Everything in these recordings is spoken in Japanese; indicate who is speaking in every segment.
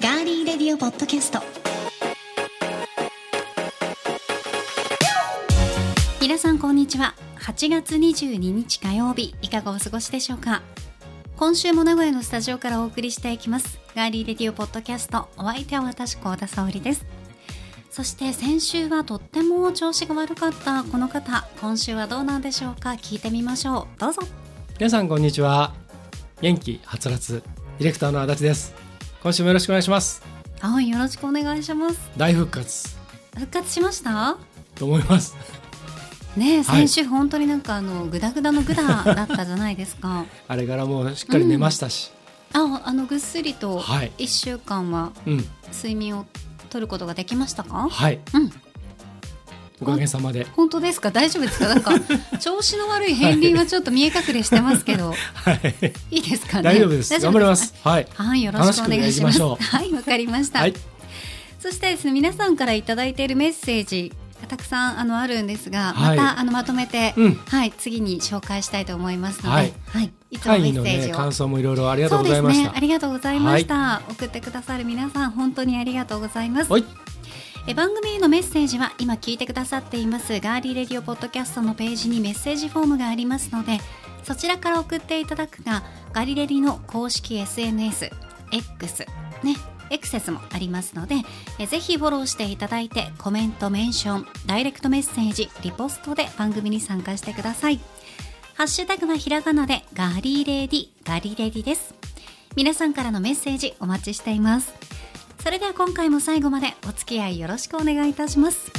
Speaker 1: ディオポッドキャスト皆さんこんにちは8月22日火曜日いかがお過ごしでしょうか今週も名古屋のスタジオからお送りしていきますガーリーレディオポッドキャストお相手は私高田沙織ですそして先週はとっても調子が悪かったこの方今週はどうなんでしょうか聞いてみましょうどうぞ
Speaker 2: 皆さんこんにちは元気はつらつディレクターの足立です今週もよろしくお願いします
Speaker 1: はいよろしくお願いします
Speaker 2: 大復活
Speaker 1: 復活しました
Speaker 2: と思います
Speaker 1: ねえ
Speaker 2: はい
Speaker 1: 先週本当になんかあのグダグダのグダだったじゃないですか
Speaker 2: あれからもうしっかり寝ましたし、
Speaker 1: ああのぐっすりと
Speaker 2: はい
Speaker 1: 1週間は
Speaker 2: うん、
Speaker 1: 睡眠を取ることができましたか
Speaker 2: はい
Speaker 1: うん
Speaker 2: おかげさまで
Speaker 1: 本当ですか大丈夫ですかなん か調子の悪い片鱗はちょっと見え隠れしてますけど、
Speaker 2: はい
Speaker 1: い、いですかね
Speaker 2: 大丈夫です頑張りますはい
Speaker 1: はいよろしくお願いします
Speaker 2: 楽しくやりましょう
Speaker 1: はいわかりました、
Speaker 2: はい
Speaker 1: そしてですね皆さんからいただいているメッセージたくさんあのあるんですが、
Speaker 2: はい
Speaker 1: またあのまとめて、
Speaker 2: うん
Speaker 1: はい次に紹介したいと思いますので、は
Speaker 2: はいい、
Speaker 1: い、つも
Speaker 2: 会
Speaker 1: メ
Speaker 2: 議
Speaker 1: ッ
Speaker 2: の
Speaker 1: セー
Speaker 2: ね
Speaker 1: ジを
Speaker 2: 感想もいろいろありがと
Speaker 1: そうう
Speaker 2: ご
Speaker 1: で
Speaker 2: ざい
Speaker 1: す
Speaker 2: まし
Speaker 1: ね
Speaker 2: た、
Speaker 1: ありがとうございました、送ってくださる皆さん本当にありがとうございます
Speaker 2: はい
Speaker 1: え番組へのメッセージは今聞いてくださっていますガーリーレディオポッドキャストのページにメッセージフォームがありますのでそちらから送っていただくがガリレディの公式 SNSX ねエクセスもありますのでえぜひフォローしていただいてコメントメンションダイレクトメッセージリポストで番組に参加してくださいハッシュタグはひらがなでガリレディガリレディです皆さんからのメッセージお待ちしていますそれでは今回も最後までお付き合いよろしくお願いいたします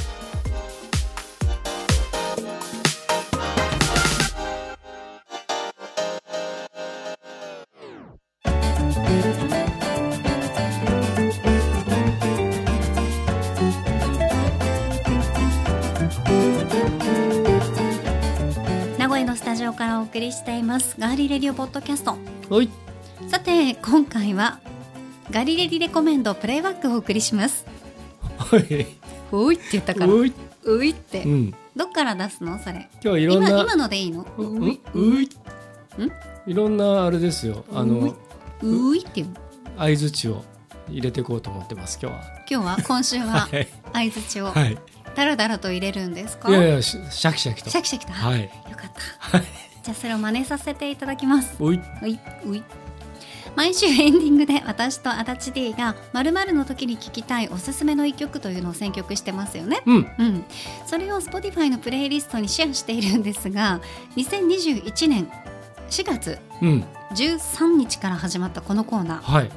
Speaker 1: 名古屋のスタジオからお送りしていますガーリーレディオポッドキャスト
Speaker 2: はい
Speaker 1: さて今回はガリレディレコメンドプレイバックをお送りします
Speaker 2: はい
Speaker 1: おいって言ったから
Speaker 2: ういう
Speaker 1: いって
Speaker 2: うん
Speaker 1: どっから出すのそれ
Speaker 2: 今日いろん
Speaker 1: 今
Speaker 2: な
Speaker 1: 今のでいいの
Speaker 2: う
Speaker 1: うい
Speaker 2: うんいいろんなあれですよあ
Speaker 1: うい
Speaker 2: の
Speaker 1: ういっていうの
Speaker 2: 相槌を入れていこうと思ってます今日は
Speaker 1: 今日は今週は
Speaker 2: はい
Speaker 1: 相槌を
Speaker 2: はい
Speaker 1: だらだらと入れるんですか
Speaker 2: いやい
Speaker 1: シ
Speaker 2: やしシャキシャキと
Speaker 1: ャキシャキだ、
Speaker 2: はい
Speaker 1: よかった
Speaker 2: はい
Speaker 1: じゃあそれを真似させていただきます
Speaker 2: おいう
Speaker 1: いうい毎週エンディングで私と足立 D が〇〇の時に聴きたいおすすめの一曲というのを選曲してますよね。
Speaker 2: うん
Speaker 1: うん、それを Spotify のプレイリストにシェアしているんですが2021年4月
Speaker 2: うん
Speaker 1: 13日から始まったこのコーナー
Speaker 2: はい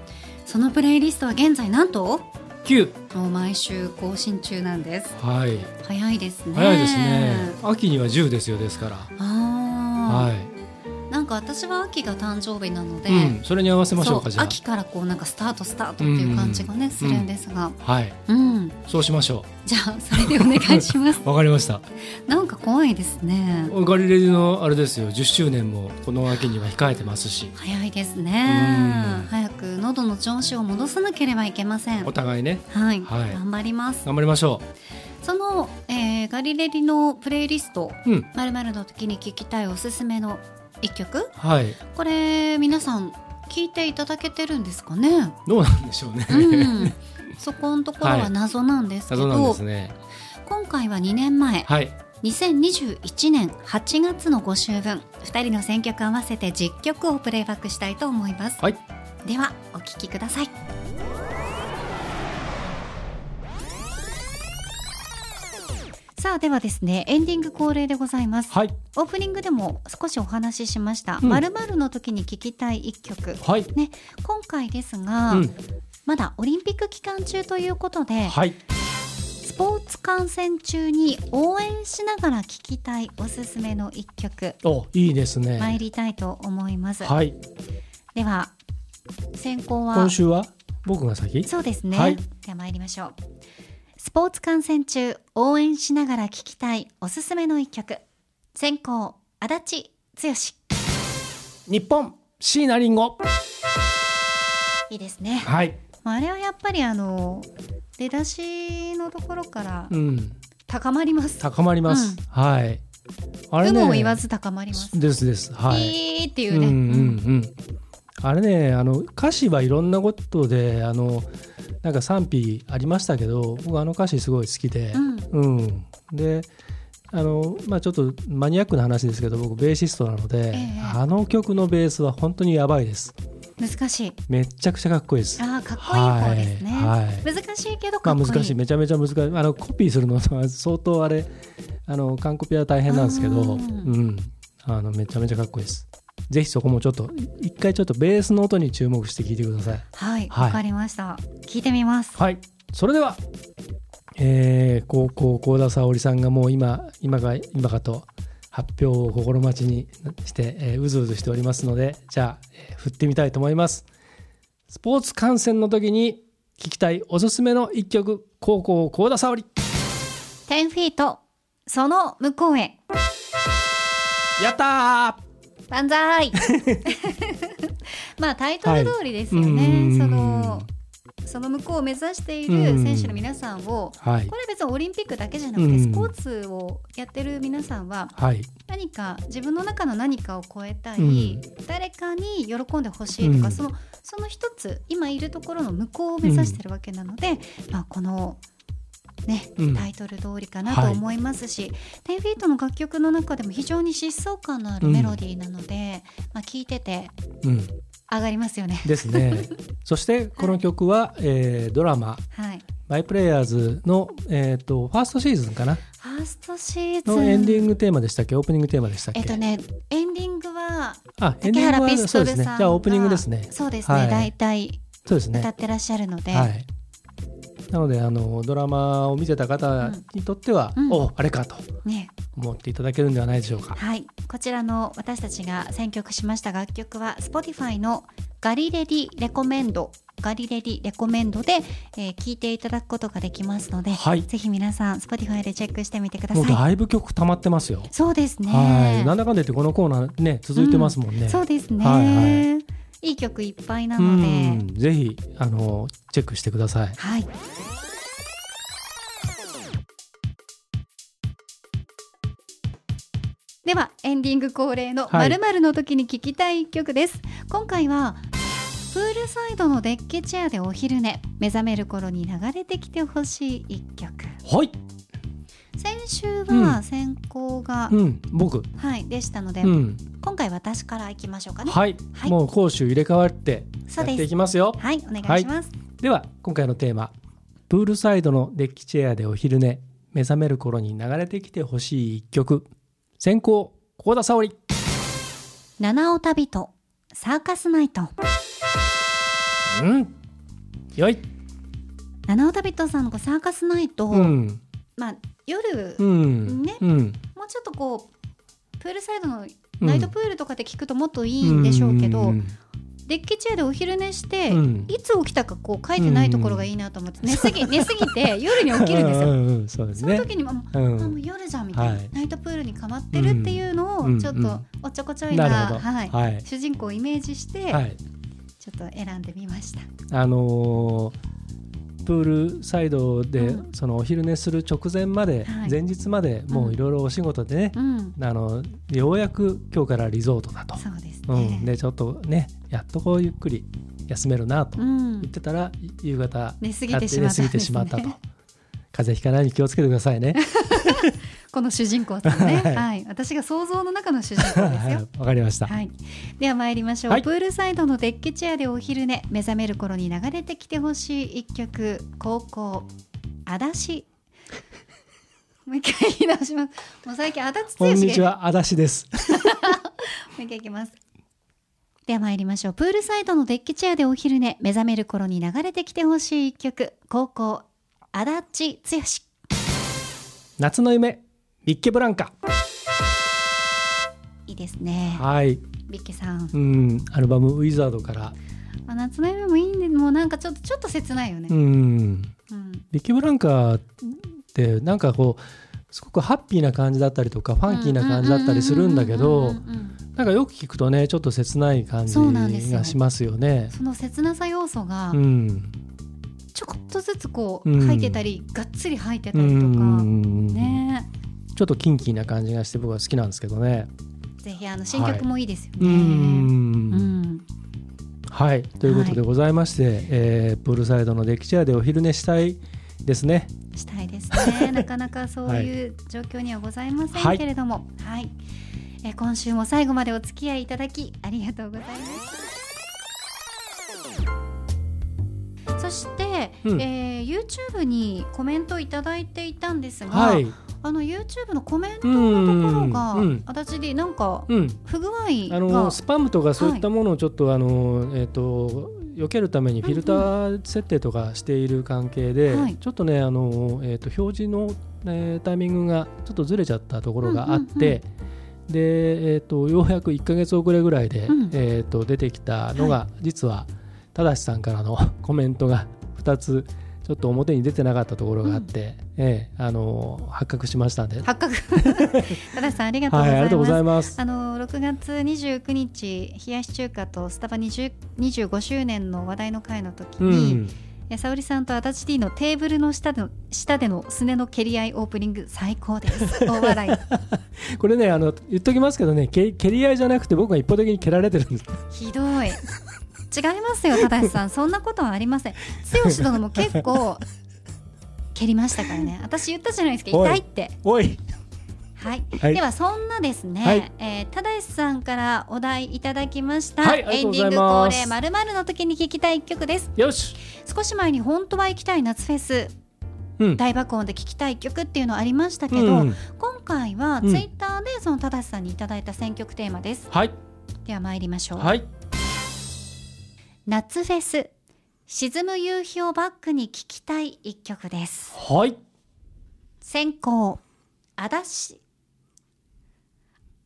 Speaker 1: そのプレイリストは現在なんと
Speaker 2: 九
Speaker 1: もう毎週更新中なんです
Speaker 2: はい
Speaker 1: 早いですね
Speaker 2: 早いですね秋には十ですよですから
Speaker 1: あ
Speaker 2: は
Speaker 1: ー、
Speaker 2: い
Speaker 1: なんか私は秋が誕生日なので、
Speaker 2: うんそれに合わせましょうかじ
Speaker 1: そう
Speaker 2: ゃ
Speaker 1: 秋からこうなんかスタートスタートっていう感じがね、するんですが、
Speaker 2: あはい
Speaker 1: うん
Speaker 2: そうしましょ
Speaker 1: じゃあそれでお願いします
Speaker 2: うわかりました
Speaker 1: なんか怖いですね
Speaker 2: ガリレディのあれですよ10周年もこの秋には控えてますし
Speaker 1: 早いです
Speaker 2: う
Speaker 1: ね
Speaker 2: ん
Speaker 1: 早く喉の調子を戻さなければいけません
Speaker 2: お
Speaker 1: はい、
Speaker 2: 互いねはい
Speaker 1: 頑張ります
Speaker 2: 頑張りましょ
Speaker 1: その、えーガリレディのプレイリスト
Speaker 2: ううん
Speaker 1: 「まるの時に聴きたいおすすめの一曲
Speaker 2: はい
Speaker 1: これ皆さん聞いていただけてるんですかね、
Speaker 2: どうなんでしょうね
Speaker 1: うん、そこのところ
Speaker 2: は
Speaker 1: はい謎なんですけ
Speaker 2: 謎
Speaker 1: ど、
Speaker 2: なんですね
Speaker 1: 今回は2年前
Speaker 2: はい
Speaker 1: 2021年8月の5週分2人の選曲合わせて10曲をプレイバックしたいと思います
Speaker 2: はい
Speaker 1: ではお聴きくださいさあではですねエンディング恒例でございます
Speaker 2: はい
Speaker 1: オープニングでも少しお話ししました「
Speaker 2: うん
Speaker 1: まる〇〇の時に聴きたい一曲
Speaker 2: はい」
Speaker 1: ね今回ですが、
Speaker 2: うん
Speaker 1: まだオリンピック期間中ということで、
Speaker 2: はい
Speaker 1: スポーツ観戦中に応援しながら聴きたいおすすめの一曲
Speaker 2: おいいです
Speaker 1: 参
Speaker 2: ね
Speaker 1: りたいと思います、
Speaker 2: はい
Speaker 1: では先行は
Speaker 2: 今週は僕が先
Speaker 1: そうですね、
Speaker 2: はい
Speaker 1: では参りましょうスポーツ観戦中応援しながら聴きたいおすすめの一曲先行足立剛
Speaker 2: 日本椎名林檎
Speaker 1: いいですね、
Speaker 2: はい
Speaker 1: まあ、あれはやっぱりあの出だしのところから
Speaker 2: うん
Speaker 1: 高まります
Speaker 2: 高まります。
Speaker 1: う
Speaker 2: はい。あ
Speaker 1: 有
Speaker 2: れね。
Speaker 1: 無、を言わず高まります
Speaker 2: ですです。はい。
Speaker 1: いいっていううん
Speaker 2: う
Speaker 1: ね、
Speaker 2: んうん。あれね、あの歌詞はいろんなことで、あの。なんか賛否ありましたけど僕あの歌詞すごい好きで、
Speaker 1: うん
Speaker 2: うんであのまあ、ちょっとマニアックな話ですけど僕ベーシストなので、
Speaker 1: ええ
Speaker 2: あの曲のベースは本当にやばいです
Speaker 1: 難しい
Speaker 2: めっちゃくちゃかっこいいです
Speaker 1: ああかっこいい方ですね、
Speaker 2: はいはい
Speaker 1: 難しいけどか
Speaker 2: ま
Speaker 1: っこいい、
Speaker 2: あ難しいめちゃめちゃ難しいあのコピーするのは相当あれあの完コピは大変なんですけど、
Speaker 1: う
Speaker 2: うんんあのめちゃめちゃかっこいいですぜひそこもちょっと一回ちょっとベースの音に注目して聞いてください
Speaker 1: はいわ、
Speaker 2: はい
Speaker 1: かりました聞いてみます
Speaker 2: はいそれではえー、高校幸田沙織さんがもう今今が今かと発表を心待ちにして、えーうずうずしておりますのでじゃあ、えー振ってみたいと思いますスポーツ観戦の時に聞きたいおすすめの一曲高校幸田沙織
Speaker 1: 10フィートその向こうへ
Speaker 2: やったー
Speaker 1: 万 歳まあタイトル通りですよ
Speaker 2: はいうんうんう
Speaker 1: ね、
Speaker 2: ん
Speaker 1: そのその向こうを目指している選手の皆さんを
Speaker 2: はい
Speaker 1: こ。れ別にオリンピックだけじゃなくて
Speaker 2: うん
Speaker 1: スポーツをやってる皆さんは
Speaker 2: はい。
Speaker 1: 何か自分の中の何かを超えたい、
Speaker 2: うん
Speaker 1: 誰かに喜んでほしいとか、
Speaker 2: うん
Speaker 1: そのその一つ今いるところの向こうを目指してるわけなので、まあ、この、ね
Speaker 2: うん
Speaker 1: タイトル通りかなと
Speaker 2: はい
Speaker 1: 思いますし、10フィートの楽曲の中でも非常に疾走感のあるメロディーなので、まあ、聴いてて
Speaker 2: うん。
Speaker 1: 上がりますよね。
Speaker 2: ですね。そしてこの曲は、えードラマ
Speaker 1: はい、
Speaker 2: マイプレイヤーズのえっ、とファーストシーズンかな
Speaker 1: ファーストシーズン
Speaker 2: のエンディングテーマでしたっけオープニングテーマでしたっけ。
Speaker 1: えっとねエンディングは
Speaker 2: あエ
Speaker 1: 竹
Speaker 2: ンディング
Speaker 1: 原
Speaker 2: は
Speaker 1: ピス
Speaker 2: そ
Speaker 1: ト
Speaker 2: う
Speaker 1: ル
Speaker 2: で
Speaker 1: さん
Speaker 2: すね。
Speaker 1: が
Speaker 2: じゃあオープニングですね。
Speaker 1: そうですね、
Speaker 2: はい
Speaker 1: 大体
Speaker 2: そうです
Speaker 1: 歌
Speaker 2: ね
Speaker 1: っ。てらっしゃるので、
Speaker 2: はい。なのであのドラマを見てた方にとっては、
Speaker 1: うん
Speaker 2: おあれかと
Speaker 1: ね
Speaker 2: 思っていただけるんではないでしょうか。
Speaker 1: はい、こちらの私たちが選曲しました楽曲は Spotify のガリレディレコメンドガリレディレコメンドで、えー聞いていただくことができますので、
Speaker 2: はい
Speaker 1: ぜひ皆さん Spotify でチェックしてみてくだ
Speaker 2: もう
Speaker 1: さい。
Speaker 2: だいぶ曲溜まってますよ。
Speaker 1: そうですね。
Speaker 2: はい。なんだかんだ言ってこのコーナーね続いてますもんね。
Speaker 1: そうですね、
Speaker 2: はい
Speaker 1: い。
Speaker 2: はい
Speaker 1: 曲いっぱいな
Speaker 2: う
Speaker 1: ので、
Speaker 2: んぜひあのチェックしてください。
Speaker 1: はい。ではエンディング恒例の
Speaker 2: は
Speaker 1: ま
Speaker 2: い
Speaker 1: るまるの時に聞きたい一曲です、今回はプールサイドのデッキチェアでお昼寝目覚める頃に流れてきてほしい一曲
Speaker 2: はい。
Speaker 1: 先週
Speaker 2: う
Speaker 1: は
Speaker 2: ん
Speaker 1: 先行が、
Speaker 2: うん、僕。
Speaker 1: はいでしたので、
Speaker 2: うん。
Speaker 1: 今回私からいきましょうかね
Speaker 2: はい。
Speaker 1: はい
Speaker 2: もう攻守入れ替わって
Speaker 1: そ
Speaker 2: や
Speaker 1: う
Speaker 2: っ
Speaker 1: です
Speaker 2: ていきますよ。
Speaker 1: はいお願いします、
Speaker 2: では今回のテーマ「プールサイドのデッキチェアでお昼寝目覚める頃に流れてきてほしい一曲」先行幸田沙織
Speaker 1: 七尾旅とサーカスナイト
Speaker 2: うんよい
Speaker 1: 七尾旅とさんのこうサーカスナイト、
Speaker 2: うん
Speaker 1: まあ夜
Speaker 2: うん
Speaker 1: ね
Speaker 2: うん
Speaker 1: もうちょっとこうプールサイドのナイトプールとかで聞くともっといいん
Speaker 2: ん
Speaker 1: でしょうけど、
Speaker 2: うん
Speaker 1: デッキチェアでお昼寝して、
Speaker 2: うん
Speaker 1: いつ起きたかこう書いてないところがいいなと思って、寝すぎ 寝すぎて夜に起きるんです
Speaker 2: う
Speaker 1: よ。
Speaker 2: ううんそうです
Speaker 1: その
Speaker 2: ね
Speaker 1: 時にも、
Speaker 2: う
Speaker 1: あもうん夜じゃんみたいな、
Speaker 2: はい
Speaker 1: ナイトプールにかまってるっていうの
Speaker 2: う
Speaker 1: を
Speaker 2: ん
Speaker 1: ちょっ
Speaker 2: うんう
Speaker 1: と
Speaker 2: ん
Speaker 1: おっちょこちょいな、
Speaker 2: なるほど
Speaker 1: はい
Speaker 2: はい
Speaker 1: 主人公をイメージして
Speaker 2: はい
Speaker 1: ちょっと選んでみました。
Speaker 2: あのープールサイドで、
Speaker 1: う
Speaker 2: そのお昼寝する直前まで、
Speaker 1: はい
Speaker 2: 前日までもういろいろお仕事でね、
Speaker 1: うん、
Speaker 2: あのようやく今日からリゾートだと、
Speaker 1: そうです
Speaker 2: う
Speaker 1: ね
Speaker 2: ん、。でちょっとねやっとこうゆっくり休めるなと
Speaker 1: う
Speaker 2: 言
Speaker 1: ん
Speaker 2: ってたら、い夕方
Speaker 1: 寝すぎ
Speaker 2: やって
Speaker 1: しま
Speaker 2: 寝
Speaker 1: っ
Speaker 2: 過
Speaker 1: たんで
Speaker 2: ぎてし
Speaker 1: す
Speaker 2: まったと
Speaker 1: ね。
Speaker 2: 風邪ひかないように気をつけてくださいね。
Speaker 1: この主人公さんね、
Speaker 2: はい
Speaker 1: はい、私が想像の中の主人公です
Speaker 2: は
Speaker 1: よ。
Speaker 2: いわかりました。
Speaker 1: はい、では参りましょう、
Speaker 2: はい
Speaker 1: プールサイドのデッキチェアでお昼寝目覚める頃に流れてきてほしい一曲「高校足立」 もう一回言い直しますもう最近足立剛
Speaker 2: こん
Speaker 1: が
Speaker 2: にちは、足立です。
Speaker 1: もう一回いきますでは参りましょうプールサイドのデッキチェアでお昼寝目覚める頃に流れてきてほしい一曲「高校足立剛」
Speaker 2: 夏の夢、ビッケブランカ。
Speaker 1: いいですね
Speaker 2: はい、
Speaker 1: ビッケさん
Speaker 2: うん、アルバムウィザードから、
Speaker 1: あ夏の夢もいいんでもうなんかちょっとちょっと切ないよね、
Speaker 2: うん、
Speaker 1: うん
Speaker 2: ビッケブランカってなんかこう。すごくハッピーな感じだったりとかファンキーな感じだったりするんだけ
Speaker 1: うんうん
Speaker 2: ど
Speaker 1: うんうんうんうん
Speaker 2: なんかよく聞くとねちょっと切ない感じ
Speaker 1: そうなんですよ
Speaker 2: がしますよね。
Speaker 1: その切なさ要素が
Speaker 2: うん
Speaker 1: ちょこっとずつこう
Speaker 2: うん
Speaker 1: 入ってたり、がっつり入ってた
Speaker 2: う
Speaker 1: りとか、
Speaker 2: ん
Speaker 1: ね
Speaker 2: ちょっとキンキーな感じがして僕は好きなんですけどね。
Speaker 1: ぜひあの新曲もいいですよね、
Speaker 2: う
Speaker 1: うん
Speaker 2: んはいということで
Speaker 1: は
Speaker 2: ございまして、えープールサイドのデッキチェアでお昼寝したいですね
Speaker 1: したいです ねなかなかそういう状況にはございませんけれどもはい、えー今週も最後までお付き合いいただきありがとうございますそして、
Speaker 2: うん
Speaker 1: えー YouTube にコメントいただいていたんですが、
Speaker 2: はい
Speaker 1: あの YouTube のコメントのところが、
Speaker 2: うんうん
Speaker 1: 私でなんか
Speaker 2: うん
Speaker 1: 不具合が
Speaker 2: あのスパムとかそういったものをちょっと、あのえっ、と避けるためにフィルター設定とかしている関係で、
Speaker 1: はい
Speaker 2: ちょっとねあのえっ、と表示の、えータイミングがちょっとずれちゃったところがあって、
Speaker 1: うんうんうん
Speaker 2: でえっ、とようやく1ヶ月遅れぐらいで、
Speaker 1: うん
Speaker 2: えっ、と出てきたのが、実はただしさんからの コメントが2つちょっと表に出てなかったところがあって、ええあの発覚しましたんで、はい、
Speaker 1: 発覚 多田さんありがとうご
Speaker 2: あり
Speaker 1: ざ
Speaker 2: が
Speaker 1: い
Speaker 2: と
Speaker 1: ま
Speaker 2: うご
Speaker 1: す
Speaker 2: ざいます。
Speaker 1: あの6月29日冷やし中華とスタバ20 25周年の話題の会の時に、、やさおりさんと足立 D のテーブルの下での下でのすねの蹴り合いオープニング最高 です大笑い
Speaker 2: これねあの言っときますけどねけ蹴り合いじゃなくて僕が一方的に蹴られてるんです
Speaker 1: ひどい違いますよ正さんそんなことはありません剛殿も結構蹴りましたからね私言ったじゃないですか
Speaker 2: おい
Speaker 1: 痛いって
Speaker 2: おい
Speaker 1: はい、
Speaker 2: はい
Speaker 1: ではそんなですね、
Speaker 2: はい
Speaker 1: えー、正さんからお題いただきました、
Speaker 2: はいあ
Speaker 1: エ
Speaker 2: り
Speaker 1: ン
Speaker 2: が
Speaker 1: デ
Speaker 2: とうご
Speaker 1: ィング恒
Speaker 2: ざいま
Speaker 1: 例
Speaker 2: す
Speaker 1: まるまるの時に聞きたい一曲です
Speaker 2: よし
Speaker 1: 少し前に本当は行きたい夏フェス
Speaker 2: うん
Speaker 1: 大爆音で聞きたい曲っていうのありましたけど、
Speaker 2: うん
Speaker 1: 今回は
Speaker 2: うん
Speaker 1: ツイッターでその正さんにいただいた選曲テーマです、
Speaker 2: はい
Speaker 1: では参りましょう、
Speaker 2: はい
Speaker 1: 夏フェス沈む夕日をバックに聞きたい一曲です
Speaker 2: はい
Speaker 1: 先行足立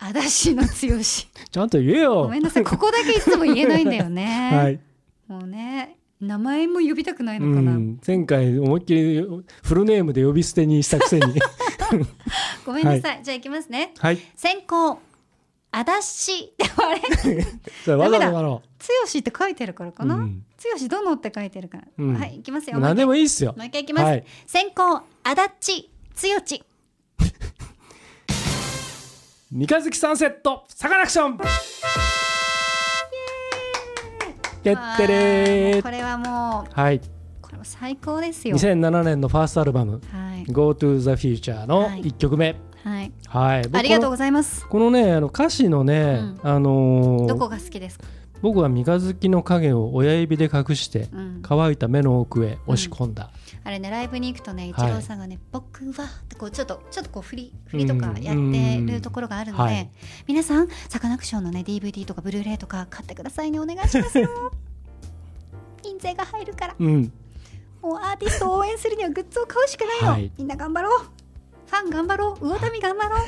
Speaker 1: 足立の強 し
Speaker 2: ちゃんと言えよ
Speaker 1: ごめんなさいここだけいつも言えないんだよね、
Speaker 2: はい、
Speaker 1: もうね名前も呼びたくないうのかな、
Speaker 2: ん、前回思いっきりフルネームで呼び捨てにしたくせに
Speaker 1: ごめんなさい、じゃあ行きますね
Speaker 2: はい
Speaker 1: 先行足立 あれ
Speaker 2: それわざとだろ
Speaker 1: 剛って書いてるからかな、
Speaker 2: うん
Speaker 1: 剛殿って書いてるから、
Speaker 2: うん
Speaker 1: はい行きます
Speaker 2: う
Speaker 1: よもう一
Speaker 2: 何で
Speaker 1: 回も
Speaker 2: もいいっすよ
Speaker 1: う一回行きます、
Speaker 2: はい
Speaker 1: 先行足立剛
Speaker 2: 三日月サンセットサカナクションてってれ
Speaker 1: あーもうこ
Speaker 2: ー
Speaker 1: れはもう
Speaker 2: はい
Speaker 1: これも最高ですよ
Speaker 2: 2007年のファーストアルバム
Speaker 1: はい
Speaker 2: 「Go to the Future」の1曲目
Speaker 1: はい
Speaker 2: はい、僕
Speaker 1: ありがとう
Speaker 2: この
Speaker 1: ございます
Speaker 2: このねあの歌詞のね、あのー
Speaker 1: どこが好きですか、
Speaker 2: 僕は三日月の影を親指で隠して
Speaker 1: うん、
Speaker 2: 乾いた目の奥へ押し込んだ、
Speaker 1: あれねライブに行くとね一
Speaker 2: はい
Speaker 1: 郎さんがね「僕は」ってこうちょっとちょっとこう振り振りとかやってるところがあるので、
Speaker 2: うんはい
Speaker 1: 皆さんサカナクションのね DVD とかブルーレイとか買ってくださいねお願いしますよ 印税が入るから
Speaker 2: うん
Speaker 1: もうアーティストを応援するにはグッズを買うしかないの、
Speaker 2: はい
Speaker 1: みんな頑張ろうファン頑張ろう魚民頑張ろう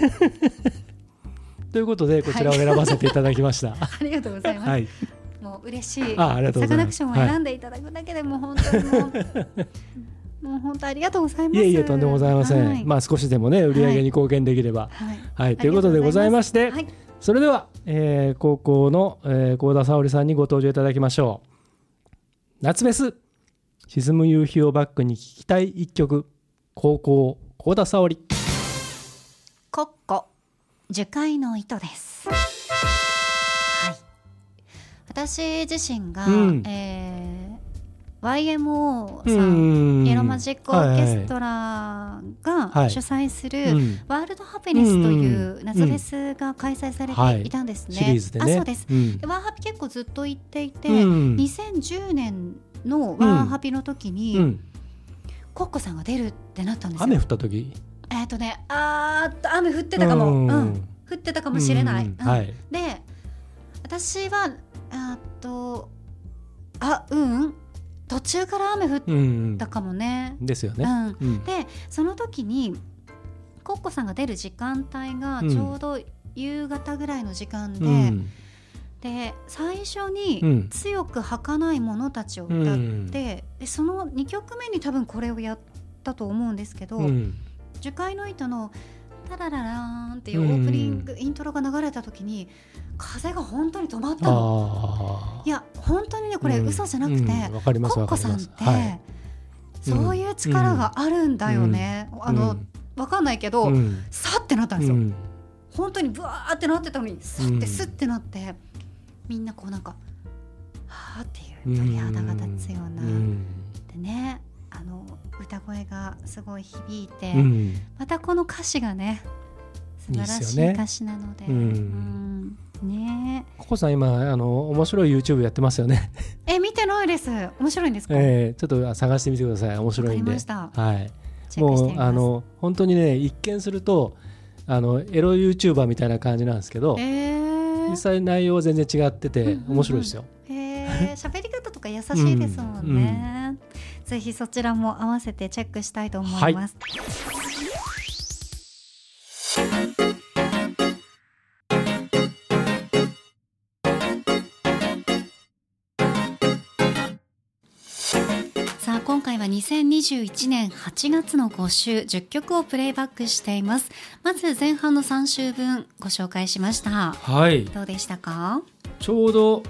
Speaker 2: ということでこちらを選ばせていただき ましたは
Speaker 1: ありがとうござい
Speaker 2: い、
Speaker 1: ます、もう嬉しい
Speaker 2: あありがとう
Speaker 1: サ
Speaker 2: ござ
Speaker 1: カナ
Speaker 2: います
Speaker 1: クションを選んでいただくだけでもう本当にも うもう本当ありがとうございます
Speaker 2: いえいえとんでもございません、
Speaker 1: はい
Speaker 2: まあ少しでもね売り上げに貢献できれば
Speaker 1: はい
Speaker 2: はい、ということでございまして
Speaker 1: はい
Speaker 2: それでは、えー高校の、えー、高田沙織さんにご登場いただきましょう夏フェス沈む夕日をバックに聴きたい一曲高校高田沙織
Speaker 1: コッコ樹海の糸です。はい。私自身が、
Speaker 2: うん
Speaker 1: えー YMO さん、
Speaker 2: ん
Speaker 1: イエローマジックオーケストラ
Speaker 2: は
Speaker 1: が
Speaker 2: い
Speaker 1: 主催する、
Speaker 2: うん
Speaker 1: ワールドハピネスといううん夏フェスが開催され
Speaker 2: は
Speaker 1: て
Speaker 2: い
Speaker 1: いたんですね。
Speaker 2: シリーズでね
Speaker 1: あ、そうです。
Speaker 2: うん
Speaker 1: でワーハピ結構ずっと行っていて、
Speaker 2: うん
Speaker 1: 2010年のワーハピの時に、
Speaker 2: うん、
Speaker 1: コッコさんが出るってなったんですよ。
Speaker 2: 雨降った時
Speaker 1: えっ、とね、あーっと雨降ってたかも、
Speaker 2: うん
Speaker 1: うん降ってたかもしれない。
Speaker 2: うん
Speaker 1: うん
Speaker 2: はい
Speaker 1: で、私はあーっとあうん途中から雨降っ
Speaker 2: うん
Speaker 1: たかもね。
Speaker 2: ですよ
Speaker 1: うん
Speaker 2: ね、うん
Speaker 1: でその時にコッコさんが出る時間帯がちょうど夕方ぐらいの時間で、
Speaker 2: うん
Speaker 1: で最初
Speaker 2: う
Speaker 1: に
Speaker 2: ん
Speaker 1: 強く儚い者たちを歌って、でその2曲目に多分これをやったと思うんですけど。
Speaker 2: うん
Speaker 1: 樹海の糸の「タラララーン」っていうオープニング、
Speaker 2: う
Speaker 1: イントロが流れた時に風が本当に止まったの
Speaker 2: あ
Speaker 1: いや本当にねこれ
Speaker 2: うん
Speaker 1: 嘘じゃなくて、
Speaker 2: うんわかります
Speaker 1: コッ
Speaker 2: わ
Speaker 1: コ
Speaker 2: かり
Speaker 1: さん
Speaker 2: ま
Speaker 1: っ
Speaker 2: す
Speaker 1: て、
Speaker 2: はい
Speaker 1: そういう力があるんだよね、あの、わかんないけど、
Speaker 2: うん
Speaker 1: さってなったんです
Speaker 2: う
Speaker 1: よ、
Speaker 2: ん
Speaker 1: 本当にブワーってなってたのにさっ
Speaker 2: うん
Speaker 1: てすってなって、みんなこうなんかはあって
Speaker 3: う
Speaker 1: い
Speaker 3: ん
Speaker 1: う鳥肌が立つような、
Speaker 3: うん
Speaker 1: でねあの歌声がすごい響いて、
Speaker 3: うん
Speaker 1: またこの歌詞がね素晴ら
Speaker 3: いいっ
Speaker 1: し
Speaker 3: すよ
Speaker 1: い
Speaker 3: ね
Speaker 1: 歌詞なので
Speaker 3: うん
Speaker 1: うんね
Speaker 3: ココさん今あの面白い YouTube やってますよね、
Speaker 1: ええ見てないです面白いんです か、
Speaker 3: えーちょっと探してみてください面白いんで
Speaker 1: わかりました
Speaker 3: はい
Speaker 1: チェッ
Speaker 3: も
Speaker 1: クしてみ
Speaker 3: う
Speaker 1: ます
Speaker 3: あの本当にね一見するとあのエロ YouTuber みたいな感じなんですけど
Speaker 1: えー
Speaker 3: 実際内容は全然違って
Speaker 1: うんう
Speaker 3: て
Speaker 1: んうん
Speaker 3: 面白いですよ、
Speaker 1: へ え喋り方とか優しいですもんね、ぜひそちらも合わせてチェックしたいと思います、さあ今回は2021年8月の5週10曲をプレイバックしていますまず前半の3週分ご紹介しました
Speaker 2: はい
Speaker 1: どうでしたか
Speaker 2: ちょうど、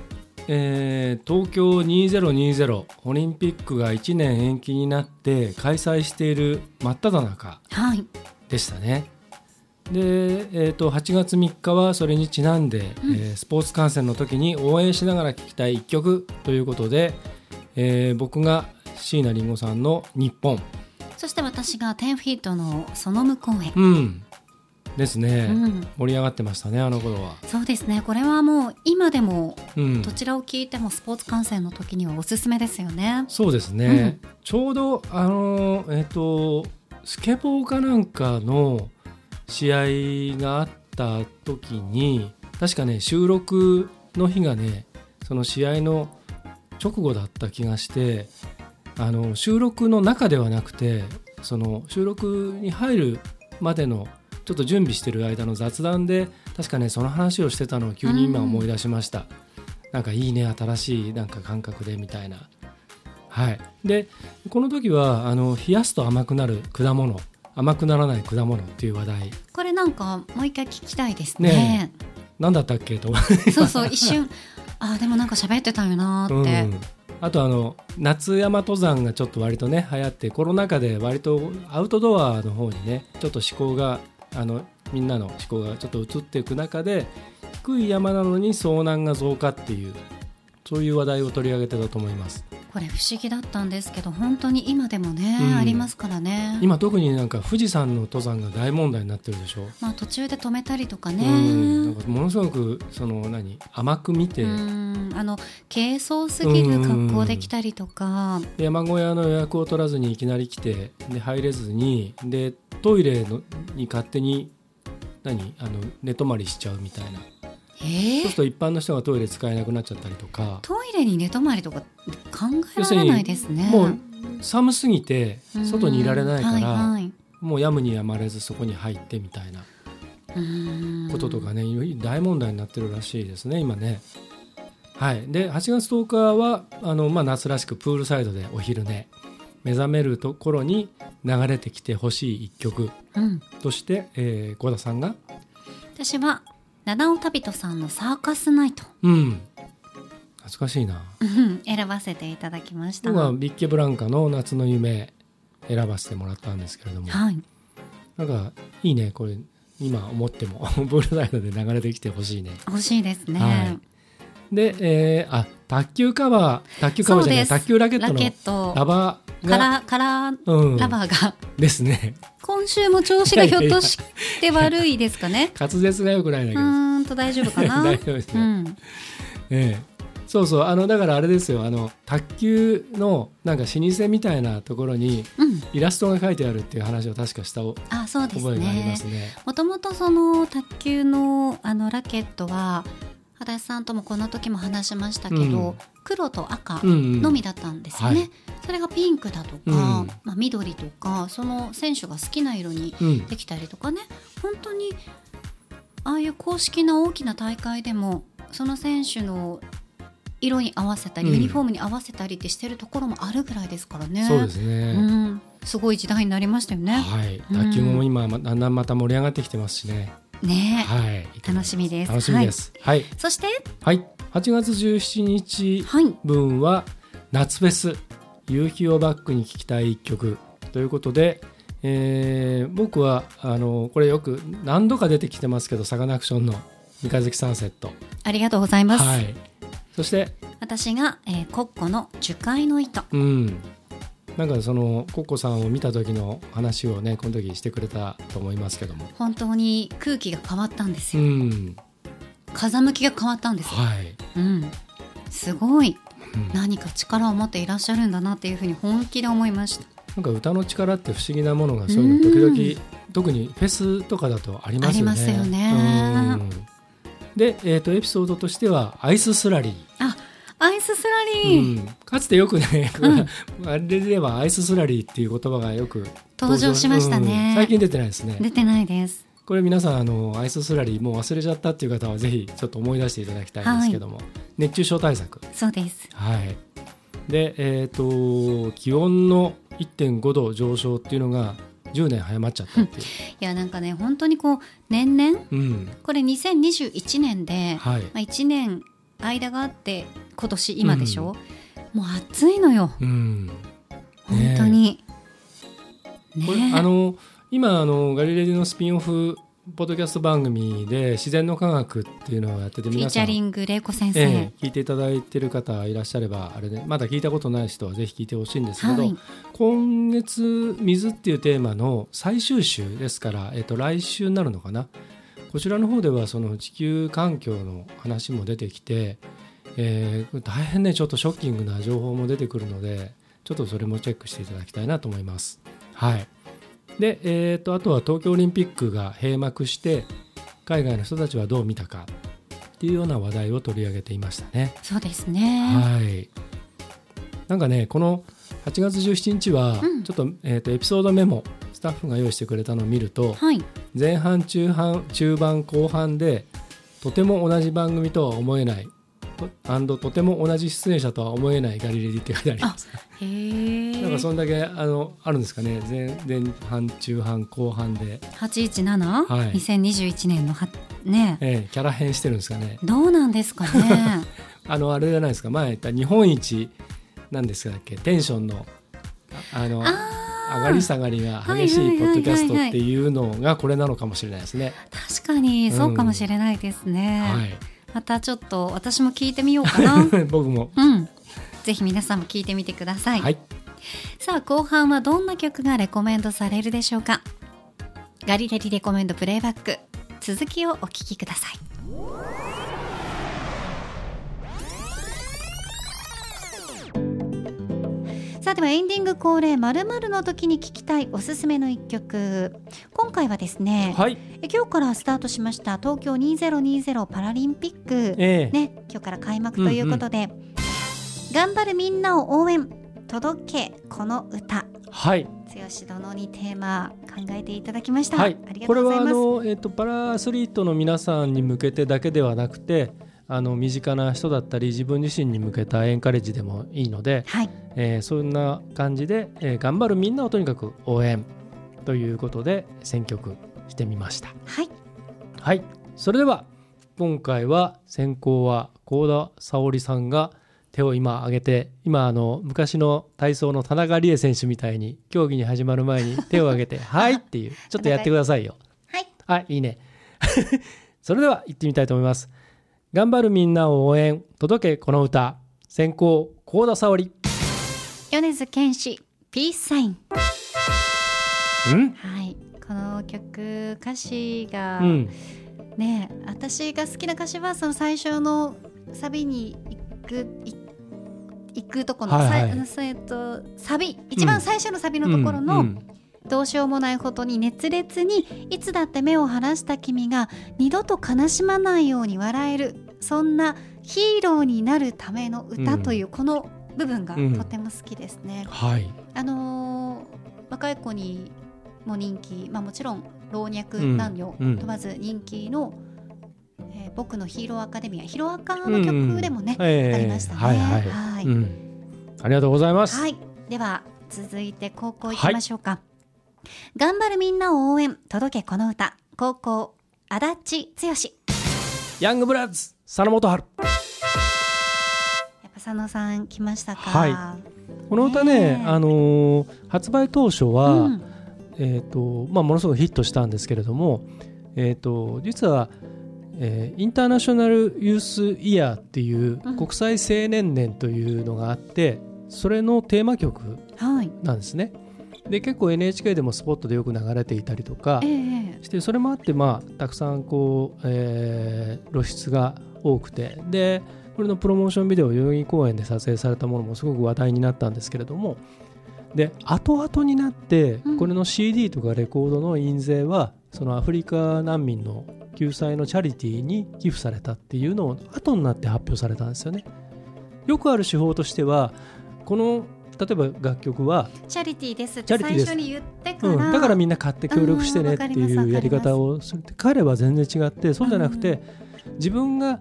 Speaker 2: えー東京2020オリンピックが1年延期になって開催している真っ只中
Speaker 1: はい
Speaker 2: でしたね。で、えー、と8月3日はそれにちなんで、
Speaker 1: うん
Speaker 2: えースポーツ観戦の時に応援しながら聴きたい1曲ということで、えー僕が椎名林檎さんの「日本
Speaker 1: そして私が10フィートのその向こうへ」、
Speaker 2: うん、ですね、
Speaker 1: うん、
Speaker 2: 盛り上がってましたねあの頃は。
Speaker 1: そうですねこれはもう今でも
Speaker 2: うん
Speaker 1: どちらを聞いてもスポーツ観戦の時にはおすすめですよね。
Speaker 2: そうですね、ちょうどあのえっ、とスケボーかなんかの試合があった時に確かね収録の日がねその試合の直後だった気がしてあの収録の中ではなくてその収録に入るまでのちょっと準備してる間の雑談で確かねその話をしてたのを急に今思い出しました、なんかいいね新しいなんか感覚でみたいなはいでこの時はあの冷やすと甘くなる果物甘くならない果物っていう話題
Speaker 1: これなんかもう一回聞きたいですね。
Speaker 2: なんだったっけと思っ
Speaker 1: そうそう一瞬あーでもなんか喋ってたよな
Speaker 2: て、
Speaker 1: ーって、
Speaker 2: うんあとあの夏山登山がちょっと割とね流行ってコロナ禍で割とアウトドアの方にねちょっと思考があのみんなの思考がちょっと移っていく中で低い山なのに遭難が増加っていうそういう話題を取り上げてたと思います。
Speaker 1: これ不思議だったんですけど本当に今でもね、
Speaker 2: うん
Speaker 1: ありますからね。
Speaker 2: 今特になんか富士山の登山が大問題になってるでしょ。
Speaker 1: まあ途中で止めたりとか
Speaker 2: う
Speaker 1: ね。
Speaker 2: ん、なんかものすごくその何甘く見て、
Speaker 1: うんあの軽装すぎる格好できたりとか、
Speaker 2: 山小屋の予約を取らずにいきなり来てで入れずにでトイレのに勝手に何あの寝泊まりしちゃうみたいな
Speaker 1: え
Speaker 2: そうする
Speaker 1: ー、
Speaker 2: と一般の人がトイレ使えなくなっちゃったりとか
Speaker 1: トイレに寝泊まりとか考えられないですね。
Speaker 2: もう寒すぎて
Speaker 1: うん
Speaker 2: 外にいられないから、
Speaker 1: はいはい
Speaker 2: もうやむにやまれずそこに入ってみたいな
Speaker 1: うん
Speaker 2: こととかね、大問題になってるらしいですね今ね。はい、で8月10日はあの、まあ、夏らしくプールサイドでお昼寝目覚めるところに流れてきてほしい一曲
Speaker 1: うん、
Speaker 2: として、えー、小田さんが、
Speaker 1: 私は七尾旅人さんのサーカスナイト
Speaker 2: うん、懐かしいな。
Speaker 1: うん選ばせていただきました。
Speaker 2: 僕は
Speaker 1: は
Speaker 2: ビッケブランカの夏の夢選ばせてもらったんですけれども、
Speaker 1: い、
Speaker 2: なんかいいねこれ今思っても ブルーライドで流れてきてほしいね。
Speaker 1: 欲しいですね。
Speaker 2: はで、えー、あ卓球カバー卓球カバーじゃない
Speaker 1: そうです
Speaker 2: 卓球ラケッ
Speaker 1: ラ
Speaker 2: トの
Speaker 1: ケット
Speaker 2: ラバー
Speaker 1: か
Speaker 2: が
Speaker 1: らから
Speaker 2: うん、
Speaker 1: ラバーが、
Speaker 2: ですね
Speaker 1: 今週も調子がひょっとして悪いですかね。
Speaker 2: 滑舌が良くない
Speaker 1: う
Speaker 2: んだけ ど
Speaker 1: ーんと大丈夫かな。
Speaker 2: 大丈夫です
Speaker 1: う
Speaker 2: ね。
Speaker 1: ん、
Speaker 2: ええそうそうあのだからあれですよあの卓球のなんか老舗みたいなところに
Speaker 1: うん、
Speaker 2: イラストが書いてあるっていう話を確かした覚
Speaker 1: あそうです
Speaker 2: えがありま
Speaker 1: ね
Speaker 2: す。ね。
Speaker 1: もともとその卓球のあのラケットは足立さんともこの時も話しましたけど、
Speaker 2: うん
Speaker 1: 黒と赤
Speaker 2: うんうん
Speaker 1: のみだったんですよね、
Speaker 2: はい
Speaker 1: それがピンクだとか、
Speaker 2: うん
Speaker 1: まあ、緑とかその選手が好きな色に
Speaker 2: うん
Speaker 1: できたりとかね本当にああいう公式な大きな大会でもその選手の色に合わせたり、
Speaker 2: うん
Speaker 1: ユニフォームに合わせたりってしてるところもあるぐらいですからね。
Speaker 2: そうです
Speaker 1: う
Speaker 2: ね。
Speaker 1: ん、すごい時代になりましたよね。
Speaker 2: はい、
Speaker 1: うん
Speaker 2: 卓球も今まだんだんまた盛り上がってきてますしね。
Speaker 1: ね
Speaker 2: はい、
Speaker 1: 楽しみです
Speaker 2: 楽しみです。はい、
Speaker 1: そして
Speaker 2: はい、8月17日
Speaker 1: はい
Speaker 2: 分は夏フェス夕日をバックに聴きたい一曲ということで、えー僕はあのこれよく何度か出てきてますけどサカナクションの三日月サンセット。
Speaker 1: ありがとうございます。
Speaker 2: はい。そして
Speaker 1: 私が、えー、コッコの樹海の糸
Speaker 2: うん、なんかそのコッコさんを見た時の話をねこの時してくれたと思いますけども
Speaker 1: 本当に空気が変わったんです
Speaker 2: う
Speaker 1: よ、
Speaker 2: ん
Speaker 1: 風向きが変わったんですよ、
Speaker 2: はい、
Speaker 1: うん、すごい
Speaker 2: うん
Speaker 1: 何か力を持っていらっしゃるんだなっていうふうに本気で思いました
Speaker 2: なんか歌の力って不思議なものがそういうの時々特にフェスとかだとありますよね
Speaker 1: ありますよね
Speaker 2: うんで、えー、とエピソードとしてはアイススラリー
Speaker 1: あアイススラリー、
Speaker 2: うん、かつてよくね、
Speaker 1: う
Speaker 2: あれではアイススラリーっていう言葉がよく
Speaker 1: 登場しましたね
Speaker 2: うん最近出てないですね
Speaker 1: 出てないです
Speaker 2: これ皆さんあのアイススラリーもう忘れちゃったっていう方はぜひちょっと思い出していただきたいんですけども、熱中症対策
Speaker 1: そうです
Speaker 2: はいでえっ、と気温の1.5度上昇っていうのが10年早まっちゃったっていう、
Speaker 1: いやなんかね本当にこう年々
Speaker 2: うん、
Speaker 1: これ2021年で、
Speaker 2: はい
Speaker 1: まあ、1年間があって今年今でしょ、もう暑いのよ
Speaker 2: うん
Speaker 1: 本当にね
Speaker 2: これあの今あのガリレディのスピンオフポッドキャスト番組で自然の科学っていうのをやってて
Speaker 1: フィー
Speaker 2: 皆
Speaker 1: チ
Speaker 2: さ
Speaker 1: ャ
Speaker 2: ん
Speaker 1: リング玲子先生、
Speaker 2: ええ、聞いていただいてる方いらっしゃればあれねまだ聞いたことない人はぜひ聞いてほしいんですけど、
Speaker 1: はい
Speaker 2: 今月「水」っていうテーマの最終週ですから、えっと来週になるのかなこちらの方ではその地球環境の話も出てきて、えー大変ねちょっとショッキングな情報も出てくるのでちょっとそれもチェックしていただきたいなと思います。はい、で、えー、とあとは東京オリンピックが閉幕して海外の人たちはどう見たかっていうような話題を取り上げていましたね。
Speaker 1: そうですね、
Speaker 2: はい。なんかね、この8月17日は、
Speaker 1: うん
Speaker 2: ちょっと、えっ、と、エピソードメモ。スタッフが用意してくれたのを見ると、
Speaker 1: はい、
Speaker 2: 前半、中半、中盤、後半で。とても同じ番組とは思えない。と、アンド、とても同じ出演者とは思えないガリレディって書いてあります。
Speaker 1: へ
Speaker 2: なん
Speaker 1: え
Speaker 2: か、そんだけ、あの、あるんですかね。前、前半、中半、後半で、
Speaker 1: 817、
Speaker 2: はい
Speaker 1: 2021年のはね
Speaker 2: えーキャラ変してるんですかね。
Speaker 1: どうなんですか ね
Speaker 2: あの、あれじゃないですか。前言った日本一。なんですかっけ、テンションの。ああの。
Speaker 1: あ
Speaker 2: 上がり下がりが激しいポッドキャストっていうのがこれなのかもしれないですね。
Speaker 1: 確かにそうかもしれないですね、
Speaker 2: はい、
Speaker 1: またちょっと私も聞いてみようか な
Speaker 2: 僕も。
Speaker 1: うんぜひ皆さんも聞いてみてください、
Speaker 2: はい、
Speaker 1: さあ後半はどんな曲がレコメンドされるでしょうかガリレリレコメンドプレイバック続きをお聞きくださいさあではエンディング恒例まるまるの時に聞きたいおすすめの一曲今回はですね、
Speaker 2: はい、
Speaker 1: え今日からスタートしました東京2020パラリンピック
Speaker 2: ええ
Speaker 1: ね、今日から開幕ということで、頑張るみんなを応援届けこの歌
Speaker 2: はい、
Speaker 1: 剛殿にテーマ考えていただきました、
Speaker 2: はい
Speaker 1: あり、がと
Speaker 2: これ
Speaker 1: うござ
Speaker 2: はいあ
Speaker 1: ます
Speaker 2: の、えっと、パラアスリートの皆さんに向けてだけではなくて。あの身近な人だったり自分自身に向けたエンカレッジでもいいので、
Speaker 1: はい
Speaker 2: えーそんな感じで、えー頑張るみんなをとにかく応援ということで選曲してみました。
Speaker 1: はい
Speaker 2: はい、それでは今回は先行は高田沙織さんが手を今挙げて今あの昔の体操の田中理恵選手みたいに競技に始まる前に手を挙げ て「はい」っていうちょっとやってくださいよ。
Speaker 1: はい
Speaker 2: はい、いいね。 それでは行ってみたいと思います。頑張るみんなを応援届けこの歌先行高田沙織。
Speaker 1: 米津玄師ピースサイン
Speaker 2: うん、
Speaker 1: はいこの曲歌詞が、
Speaker 2: うん、
Speaker 1: ね私が好きな歌詞はその最初のサビに行くい行くとこの、
Speaker 2: はいはい
Speaker 1: さあのそうえっとサビ一番最初のサビのところの、
Speaker 2: うんうん
Speaker 1: どうしようもないほどに熱烈にいつだって目を晴らした君が二度と悲しまないように笑えるそんなヒーローになるための歌というこの部分が
Speaker 2: うん
Speaker 1: とても好きですね。
Speaker 2: はい、
Speaker 1: あのー若い子にも人気、まあ、もちろん老若男女
Speaker 2: うんうん
Speaker 1: 問わず人気の、えー僕のヒーローアカデミア」ヒロアカの曲でもね、
Speaker 2: ええ
Speaker 1: ありましたね。
Speaker 2: はいはい、
Speaker 1: はい
Speaker 2: うん、ありがとうございます。
Speaker 1: はい、では続いて高校行きましょうか。頑張るみんなを応援、届けこの歌、高校足立剛。
Speaker 2: ヤングブラッツ佐野元春。
Speaker 1: やっぱ佐野さん来ましたか。
Speaker 2: はこの歌ね、
Speaker 1: ねえ
Speaker 2: あのー発売当初は、
Speaker 1: うん、
Speaker 2: えーとまあ、ものすごくヒットしたんですけれども、えー、と実は、えーインターナショナルユースイヤーっていう
Speaker 1: うん
Speaker 2: 国際青年年というのがあってそれのテーマ曲
Speaker 1: はい。
Speaker 2: なんですねで結構 NHK でもスポットでよく流れていたりとか
Speaker 1: ええ
Speaker 2: してそれもあって、まあ、たくさんこう、えー露出が多くてでこれのプロモーションビデオ代々木公園で撮影されたものもすごく話題になったんですけれどもで後々になって
Speaker 1: うん
Speaker 2: これの CD とかレコードの印税はそのアフリカ難民の救済のチャリティーに寄付されたっていうのを後になって発表されたんですよね。よくある手法としてはこの例えば楽曲は
Speaker 1: チャリティーですって
Speaker 2: チャリテ
Speaker 1: 最
Speaker 2: ィーです
Speaker 1: 初に言ってから、
Speaker 2: うん、だからみんな買って協力してねっていうやり方をするって彼は全然違ってそうじゃなくて自分が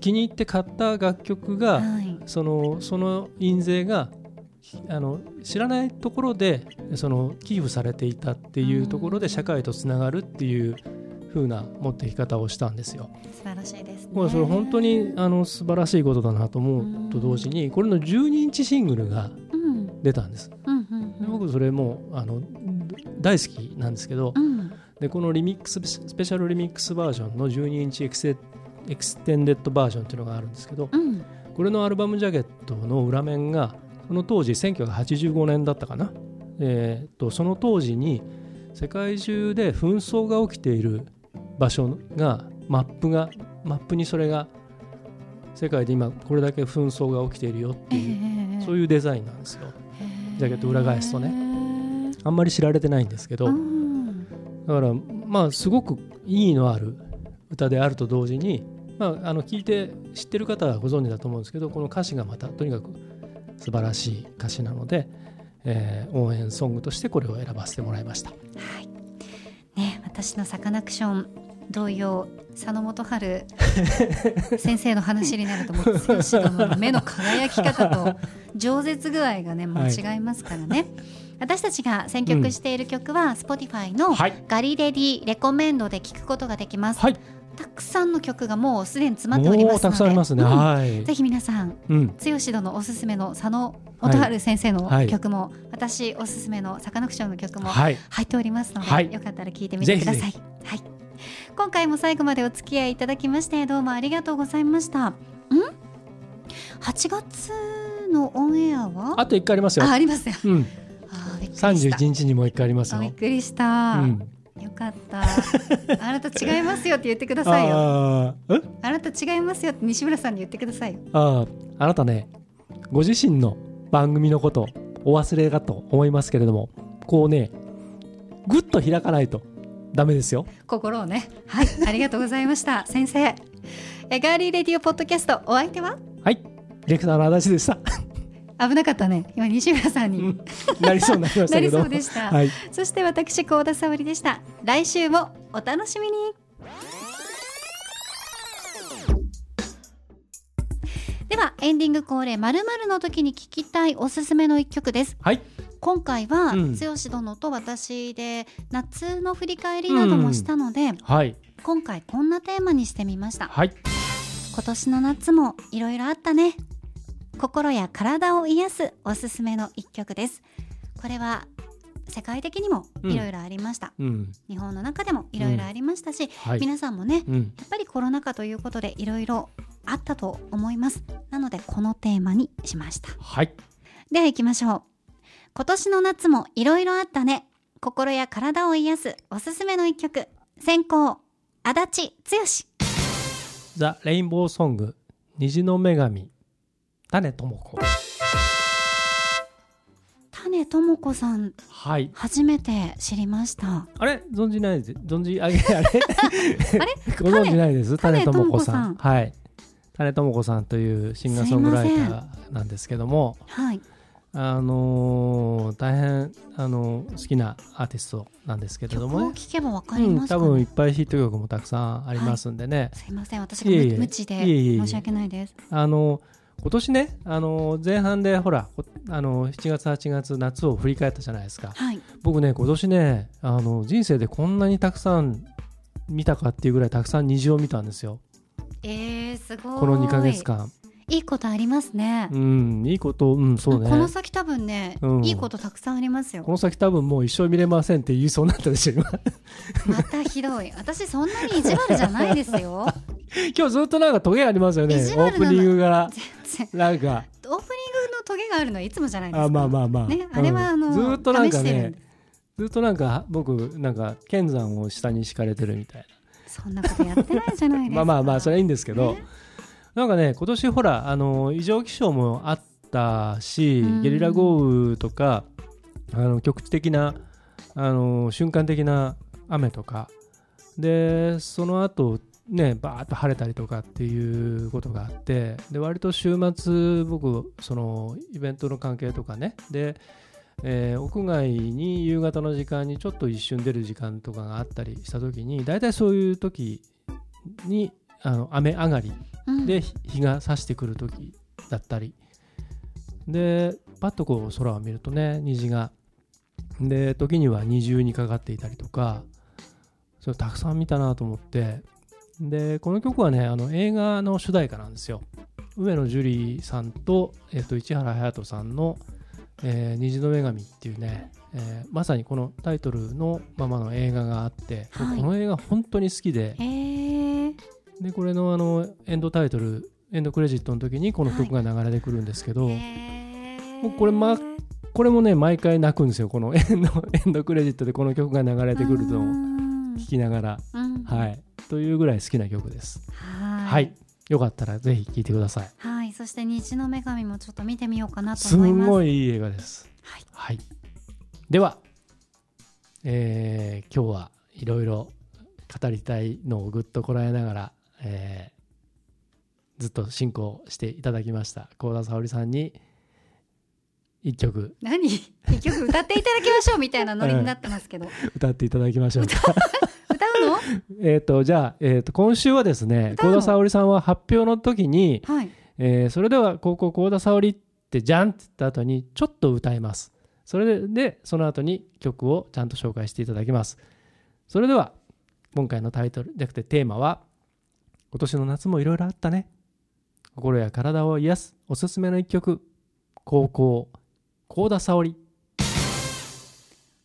Speaker 2: 気に入って買った楽曲が
Speaker 1: はい、
Speaker 2: そのその印税があの知らないところでその寄付されていたっていうところで社会とつながるっていう風な持っていき方をしたんですよ。
Speaker 1: 素晴らしいです、ね。
Speaker 2: これそれ本当にあの素晴らしいことだなと思うと同時にこれの12インチシングルが
Speaker 1: うん
Speaker 2: 出たんです。
Speaker 1: うんうん
Speaker 2: で僕それもうあの大好きなんですけど、
Speaker 1: うん
Speaker 2: でこのリミックススペシャルリミックスバージョンの12インチエクセエクステンデッドバージョンっていうのがあるんですけど
Speaker 1: うん
Speaker 2: これのアルバムジャケットの裏面がこの当時1985年だったかな、えーっとその当時に世界中で紛争が起きている場所がマップがマップにそれが世界で今これだけ紛争が起きているよっていう、そう
Speaker 1: いう
Speaker 2: いうデザインなんですよジャケット裏返すとね
Speaker 1: ね。
Speaker 2: あんまり知られてないんですけど、
Speaker 1: うん
Speaker 2: だからまあすごく意義のある歌であると同時に、まあ、あの聞いて知ってる方はご存知だと思うんですけどこの歌詞がまたとにかく素晴らしい歌詞なので、えー応援ソングとしてこれを選ばせてもらいました。
Speaker 1: はい。ね、私のサカナクション同様佐野元 春先生の話になるともう剛殿の目の輝き方と饒舌具合がねもう違いますからね。私たちが選曲している曲は Spotify の
Speaker 2: はい、
Speaker 1: ガリレディレコメンドで聴くことができます。
Speaker 2: はい、
Speaker 1: たくさんの曲がもうすでに詰まっておりますので、
Speaker 2: もうたくさんありますね。
Speaker 1: うん
Speaker 2: はい、
Speaker 1: ぜひ皆さん
Speaker 2: うん、
Speaker 1: 剛殿おすすめの佐野元春先生の
Speaker 2: はい
Speaker 1: 曲も、私おすすめのサカナクションの曲も
Speaker 2: はい、
Speaker 1: 入っておりますので、
Speaker 2: はい
Speaker 1: よかったら聞いてみてください
Speaker 2: ぜひ
Speaker 1: はい、今回も最後までお付き合いいただきましてどうもありがとうございましたん8月のオンエアは
Speaker 2: あと一回ありますよ
Speaker 1: あ。ありますよ
Speaker 2: うん、
Speaker 1: あーびっくりした
Speaker 2: 三十一日にもう一回あります
Speaker 1: あびっ
Speaker 2: よ。
Speaker 1: くりした、
Speaker 2: うん、
Speaker 1: よかったあなた違いますよって言ってください よ
Speaker 2: ああ、え、
Speaker 1: あなた違いますよって西村さんに言ってくださいよ
Speaker 2: ああ、あなたね、ご自身の番組のことお忘れかと思いますけれども、こうね、ぐっと開かないとダメですよ。
Speaker 1: 心をねはいありがとうございました 先生えガーリーレディオポッドキャストお相手は
Speaker 2: はい、ディレクターの足立で した。
Speaker 1: 危なかったね今西村さんに
Speaker 2: なりそうになりました
Speaker 1: な
Speaker 2: け
Speaker 1: り
Speaker 2: ど。
Speaker 1: そうでした、
Speaker 2: はい。
Speaker 1: そして私高田沙織でした来週もお楽しみにではエンディング恒例まるの時に聞きたいおすすめの一曲です
Speaker 2: はい。
Speaker 1: 今回は、
Speaker 2: うん
Speaker 1: 剛殿と私で夏の振り返りなどもしたので、
Speaker 2: はい。
Speaker 1: 今回こんなテーマにしてみました
Speaker 2: はい。
Speaker 1: 今年の夏もいろいろあったね心や体を癒すおすすめの一曲ですこれは世界的にもいろいろありました、
Speaker 2: うん。
Speaker 1: 日本の中でもいろいろありましたし、
Speaker 2: はい。
Speaker 1: 皆さんもね
Speaker 2: うん。
Speaker 1: やっぱりコロナ禍ということでいろいろあったと思いますなのでこのテーマにしました
Speaker 2: はい。
Speaker 1: では行きましょう今年の夏もいろいろあったね心や体を癒すおすすめの一曲先行足立剛
Speaker 2: ザ・レインボーソング、虹の女神、種智子。
Speaker 1: 種智子さん
Speaker 2: はい。
Speaker 1: 初めて知りました
Speaker 2: あれ存じないです。存じ上げ、あれ
Speaker 1: あれ
Speaker 2: ご存じないです。
Speaker 1: 種
Speaker 2: 種
Speaker 1: 智
Speaker 2: 智
Speaker 1: 子
Speaker 2: 子
Speaker 1: さ
Speaker 2: さ
Speaker 1: ん
Speaker 2: ん。はい。種智子さんというシンガーソングライターなんですけども、
Speaker 1: はい
Speaker 2: あのー大変、あのー好きなアーティストなんですけれ
Speaker 1: 曲
Speaker 2: ど
Speaker 1: を
Speaker 2: もね。
Speaker 1: 聞けばわかり
Speaker 2: う
Speaker 1: ま
Speaker 2: ん、
Speaker 1: すか
Speaker 2: 多
Speaker 1: ね、
Speaker 2: 分いっぱいヒット曲もたくさんありますんでね、
Speaker 1: すいません私が
Speaker 2: いえいえ
Speaker 1: 無知で
Speaker 2: いえいえいえ
Speaker 1: 申し訳ないです
Speaker 2: あの今年ね、あの前半でほらこあの7月8月夏を振り返ったじゃないですか
Speaker 1: はい
Speaker 2: 僕ね今年ねあの人生でこんなにたくさん見たかっていうぐらいたくさん虹を見たんですよ
Speaker 1: えー、すごい
Speaker 2: この2ヶ月間
Speaker 1: いいことありますね。
Speaker 2: うん、いいこと、うん、そうね。
Speaker 1: この先多分ね、
Speaker 2: うん
Speaker 1: いいことたくさんあります
Speaker 2: こ
Speaker 1: よ。
Speaker 2: の先多分もう一生見れませんって言いそうになったでしょ、 今。
Speaker 1: またひどい。私そんなに意地悪じゃないですよ。
Speaker 2: 今日ずっとなんかトゲありますよね
Speaker 1: 意地悪
Speaker 2: オ
Speaker 1: な
Speaker 2: ープニングから
Speaker 1: 全然。
Speaker 2: なんか
Speaker 1: オープニングのトゲがあるのはいつもじゃないですか。
Speaker 2: あまあまあまあ、
Speaker 1: ねあれはあの
Speaker 2: ずーっとなんか
Speaker 1: 試してるん
Speaker 2: ね
Speaker 1: で
Speaker 2: ずっとなんか僕なんか剣山を下に敷かれてるみたい
Speaker 1: そんなことやってないじゃないです
Speaker 2: な
Speaker 1: か。
Speaker 2: まあまあまあそれはいいんですけど、
Speaker 1: ね
Speaker 2: なんかね今年ほらあの異常気象もあったし
Speaker 1: うん
Speaker 2: ゲリラ豪雨とかあの局地的なあの瞬間的な雨とかでその後ねバーッと晴れたりとかっていうことがあってで割と週末僕そのイベントの関係とかねで、えー屋外に夕方の時間にちょっと一瞬出る時間とかがあったりした時に大体そういう時にあの雨上がり
Speaker 1: うん
Speaker 2: でひ日が差してくる時だったりでパッとこう空を見るとね虹がで時には二重にかかっていたりとかそれたくさん見たなと思ってでこの曲はねあの映画の主題歌なんですよ上野樹里さんと,、えっと市原隼人さんの「えー虹の女神」っていうね、えーまさにこのタイトルのままの映画があって、
Speaker 1: はい
Speaker 2: この映画本当に好きで
Speaker 1: へー
Speaker 2: でこれのあのエンドタイトルエンドクレジットの時にこの曲が流れてくるんですけど、
Speaker 1: へー
Speaker 2: もうこれまこれもね毎回泣くんですよこのエンドエンドクレジットでこの曲が流れてくる
Speaker 1: う
Speaker 2: のを
Speaker 1: ん
Speaker 2: 聞きながら、
Speaker 1: うん
Speaker 2: はいというぐらい好きな曲です。
Speaker 1: は
Speaker 2: はい、
Speaker 1: い
Speaker 2: よかったらぜひ聴いてください。
Speaker 1: はいそして虹の女神もちょっと見てみようかなと
Speaker 2: す
Speaker 1: 思います
Speaker 2: んごいいい映画です。
Speaker 1: はい、
Speaker 2: では、えー今日はいろいろ語りたいのをぐっとこらえながら、えーずっと進行していただきました幸田沙織さんに一曲
Speaker 1: 何結局歌っていただきましょうみたいなノリになってます けど、
Speaker 2: 歌っていただきましょうか。
Speaker 1: 歌うの
Speaker 2: えーとじゃあ、えー、と今週はですね
Speaker 1: 歌う
Speaker 2: 幸
Speaker 1: の
Speaker 2: 田沙織さんは発表の時に、
Speaker 1: はい
Speaker 2: えーそれでは高校幸田沙織ってじゃんって言った後にちょっと歌いますそれででその後に曲をちゃんと紹介していただきますそれでは今回のタイトルじゃなくてテーマは「今年の夏もいろいろあったね」「心や体を癒すおすすめの一曲高校幸田沙織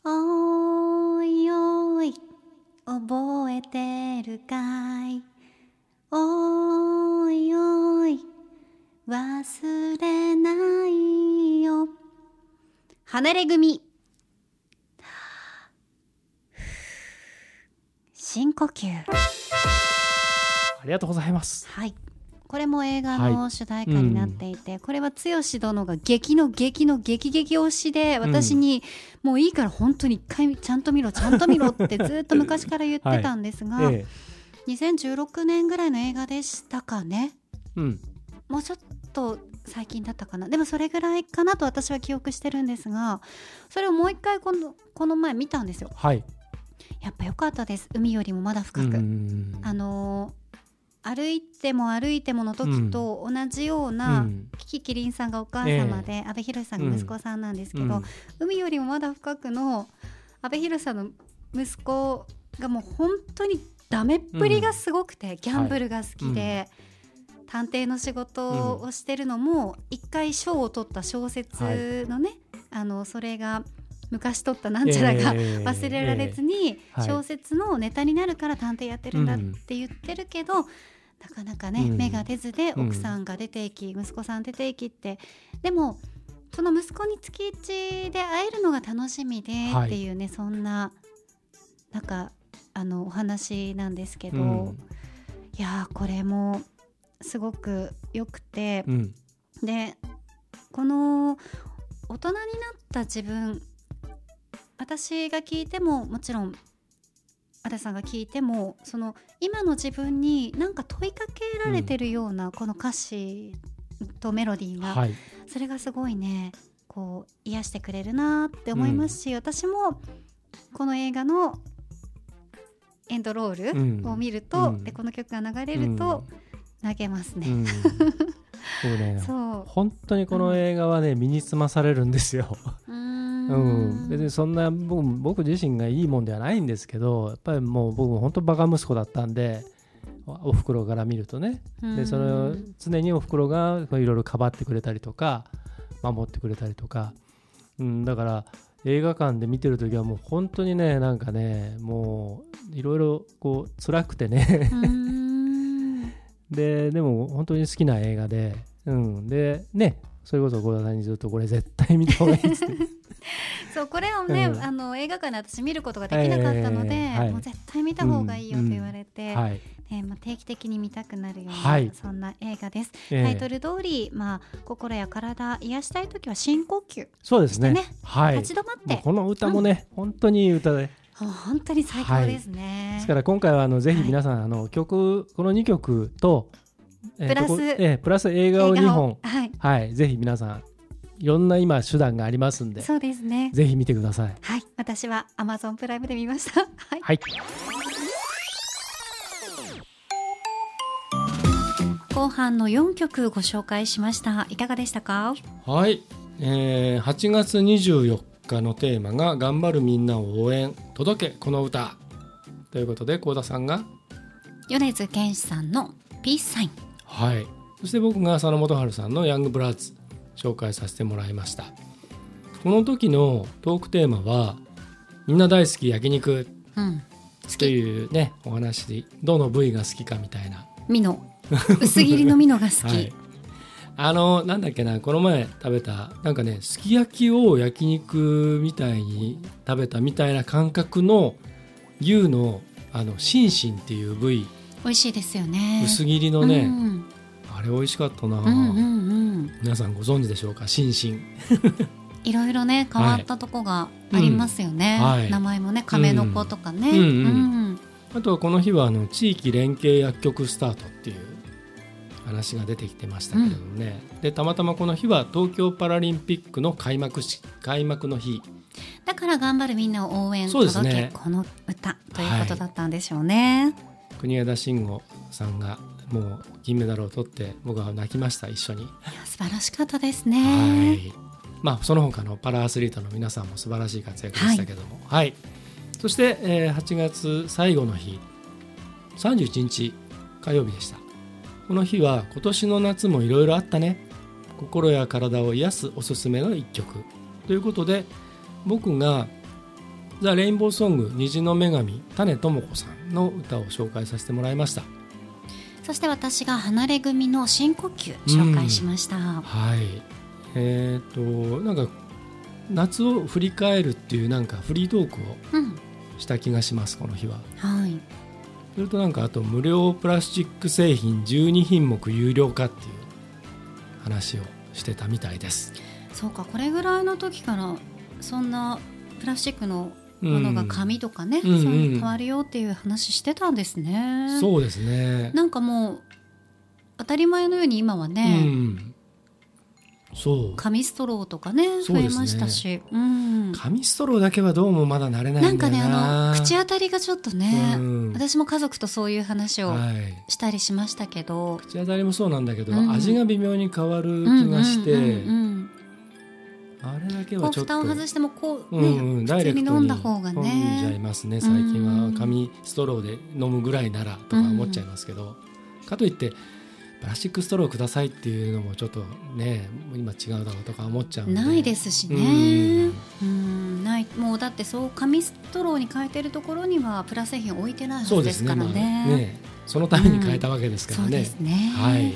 Speaker 1: おーいおーい覚えてるかいおーいおーい忘れないよ離れ組 深呼吸」
Speaker 2: ありがとうございます
Speaker 1: はいこれも映画の主題歌になっていて、これは剛殿が激の激の激激推しで私に、もういいから本当に一回ちゃんと見ろちゃんと見ろってずっと昔から言ってたんですが、
Speaker 2: ええ
Speaker 1: 2016年ぐらいの映画でしたかね
Speaker 2: うん
Speaker 1: もうちょっと最近だったかなでもそれぐらいかなと私は記憶してるんですがそれをもう一回このこの前見たんですよ
Speaker 2: はい
Speaker 1: やっぱ良かったです海よりもまだ深く、
Speaker 2: ん
Speaker 1: あのー歩いても歩いてもの時と同じよう
Speaker 2: う
Speaker 1: な、
Speaker 2: ん
Speaker 1: キキキリンさんがお母様で、阿部寛さんが息子さんなんですけど、
Speaker 2: うん
Speaker 1: 海よりもまだ深くの阿部寛さんの息子がもう本当にダメっぷりがすごくて、ギャンブルが好きで、探偵の仕事をしてるのも一回賞を取った小説のね、あのそれが昔取ったなんちゃらが、
Speaker 2: ええ
Speaker 1: 忘れられずに
Speaker 2: えはい
Speaker 1: 小説のネタになるから探偵やってるんだって言ってるけど、なかなかね、
Speaker 2: うん
Speaker 1: 芽が出ずで
Speaker 2: うん
Speaker 1: 奥さんが出ていき、息子さん出ていきってでもその息子に月一で会えるのが楽しみで
Speaker 2: はい
Speaker 1: っていうね、そんななんかあのお話なんですけど、
Speaker 2: うん
Speaker 1: いやーこれもすごくよくて。
Speaker 2: うん
Speaker 1: でこの大人になった自分私が聞いてももちろんアダさんが聞いてもその今の自分に何か問いかけられてるような、この歌詞とメロディーが、
Speaker 2: はい
Speaker 1: それがすごいねこう癒してくれるなって思いますし、私もこの映画のエンドロー
Speaker 2: うん
Speaker 1: ルを見ると、
Speaker 2: うん
Speaker 1: でこの曲が流れると投げます
Speaker 2: う
Speaker 1: ね。
Speaker 2: んそうね
Speaker 1: そう
Speaker 2: 本当にこの映画はね、身につまされるんですよ、
Speaker 1: う
Speaker 2: うん、別にそんな僕僕自身がいいもんではないんですけどやっぱりもう僕も本当バカ息子だったんで
Speaker 3: おお袋から見るとね
Speaker 1: うん
Speaker 3: でそれを常におふくろがまあいろいろかばってくれたりとか守ってくれたりとか、うん、だから映画館で見てる時はもう本当にねなんかねもういろいろこう辛くてね
Speaker 1: うん
Speaker 3: ででも本当に好きな映画で、うん、でねそれこそ郷田さんにずっとこれ絶対見た方がいいっつ って
Speaker 1: そうこれをね、
Speaker 3: うん
Speaker 1: あの映画館で私見ることができなかったので、
Speaker 3: ええ
Speaker 1: もう絶対見た方がいいよと言われて、
Speaker 3: はい、
Speaker 1: えーまあ、定期的に見たくなるような、
Speaker 3: はい
Speaker 1: そんな映画です、
Speaker 3: ええ
Speaker 1: タイトル通り、まあ、心や体癒したい時は深呼吸、
Speaker 3: そうですね
Speaker 1: してね
Speaker 3: はい
Speaker 1: 立ち止まっ
Speaker 3: もう
Speaker 1: て
Speaker 3: この歌もね、本当にいい歌で
Speaker 1: もう本当に最高ですね、
Speaker 3: ですから今回はあのぜひ皆さん、あの曲この2曲と、えー
Speaker 1: プラス
Speaker 3: とこえープラス映画を
Speaker 1: 映
Speaker 3: 2
Speaker 1: 画
Speaker 3: 本
Speaker 1: をはい
Speaker 3: はいぜひ皆さんいろんな今手段がありますんで
Speaker 1: そうですね
Speaker 3: ぜひ見てください
Speaker 1: はい私は Amazon プライムで見ました、はい、
Speaker 3: はい
Speaker 1: 後半の4曲ご紹介しましたいかがでしたか
Speaker 2: はい、えー8月24日のテーマが「頑張るみんなを応援届けこの歌」ということで幸田さんが
Speaker 1: 米津玄師さんのピースサイン
Speaker 2: はいそして僕が佐野元春さんの「ヤングブラッツ」紹介させてもらいましたこの時のトークテーマは「みんな大好き焼肉
Speaker 1: うん」
Speaker 2: というねお話どの部位が好きかみたいな
Speaker 1: ミ ノ薄切りのミノが好き、
Speaker 2: はい、あのなんだっけなこの前食べたなんかねすき焼きを焼肉みたいに食べたみたいな感覚の牛のあのシンシンっていう部位
Speaker 1: 美味しいですよね
Speaker 2: 薄
Speaker 1: 切
Speaker 2: 切りのね、
Speaker 1: うん
Speaker 2: あれ美味しかったな、
Speaker 1: うんうんうん
Speaker 2: 皆さんご存知でしょうかシンシン
Speaker 1: いろいろね変わったとこがありますよね、
Speaker 2: はいうん
Speaker 1: 名前もね亀の子とかね、
Speaker 2: うんあとはこの日はあの地域連携薬局スタートっていう話が出てきてましたけれどもね、でたまたまこの日は東京パラリンピックの開幕し開幕の日
Speaker 1: だから頑張るみんなを応援
Speaker 2: そうです
Speaker 1: 届け、
Speaker 2: ね
Speaker 1: この歌ということだったんでしょうね、
Speaker 2: 国枝慎吾さんがもう銀メダルを取って僕は泣きました一緒に、
Speaker 1: い、や素晴らしかったですね、
Speaker 2: はいまあその他のパラアスリートの皆さんも素晴らしい活躍でしたけどもはい、そして、えー8月最後の日31日火曜日でしたこの日は今年の夏もいろいろあったね心や体を癒すおすすめの一曲ということで僕が「ザ・レインボーソング虹の女神」種智子さんの歌を紹介させてもらいました
Speaker 1: そして私が離れ組の深呼吸紹介しました、
Speaker 2: はい。えっ、となんか夏を振り返るっていうなんかフリートークを
Speaker 1: うん、
Speaker 2: した気がしますこの日は。
Speaker 1: はい
Speaker 2: それとなんかあと無料プラスチック製品12品目有料化っていう話をしてたみたいです。
Speaker 1: そうかこれぐらいの時からそんなプラスチックの
Speaker 2: うん
Speaker 1: ものが紙とかね、
Speaker 2: うんうん
Speaker 1: そういうの変わるよっていう話してたんですね。
Speaker 2: そうですね。
Speaker 1: なんかもう当たり前のように今は
Speaker 2: う
Speaker 1: ね、
Speaker 2: ん。そう。
Speaker 1: 紙ストローとかね
Speaker 2: そう
Speaker 1: 増
Speaker 2: で
Speaker 1: え
Speaker 2: すね
Speaker 1: ましたし、うん、
Speaker 2: 紙ストローだけはどうもまだ慣れないんだ
Speaker 1: な
Speaker 2: よ
Speaker 1: ん
Speaker 2: な。
Speaker 1: かねあの口当たりがちょっとね、
Speaker 2: うん
Speaker 1: 私も家族とそういう話を
Speaker 2: はい。
Speaker 1: したりしましたけど、
Speaker 2: 口当たりもそうなんだけど、
Speaker 1: うん
Speaker 2: 味が微妙に変わる
Speaker 1: うん
Speaker 2: 気がして、
Speaker 1: うんうん
Speaker 2: あれだけ
Speaker 1: うんこ
Speaker 2: は
Speaker 1: う
Speaker 2: ちょっと。
Speaker 1: 蓋を外してもこう
Speaker 2: うん
Speaker 1: ね、
Speaker 2: うん、ダイ
Speaker 1: 普
Speaker 2: レ
Speaker 1: 通
Speaker 2: ク
Speaker 1: に
Speaker 2: ト
Speaker 1: 飲ん
Speaker 2: に
Speaker 1: だ方が
Speaker 2: 飲んじゃい
Speaker 1: ね
Speaker 2: ますね最近
Speaker 1: う
Speaker 2: は
Speaker 1: ん
Speaker 2: 紙ストローで飲むぐらいならとか思っちゃいますけど、かといってプラスチックストローくださいっていうのもちょっとねもう今違うだろうとか思っちゃうんで
Speaker 1: ないですしね、うんないもうだってそう紙ストローに変えてるところにはプラ製品置いてないは
Speaker 2: そう
Speaker 1: ず
Speaker 2: で
Speaker 1: ですす
Speaker 2: ね
Speaker 1: からね。
Speaker 2: まあ、ねそのために変えたわけですか
Speaker 1: そ
Speaker 2: ら
Speaker 1: うで
Speaker 2: ね、
Speaker 1: すね。
Speaker 2: はい、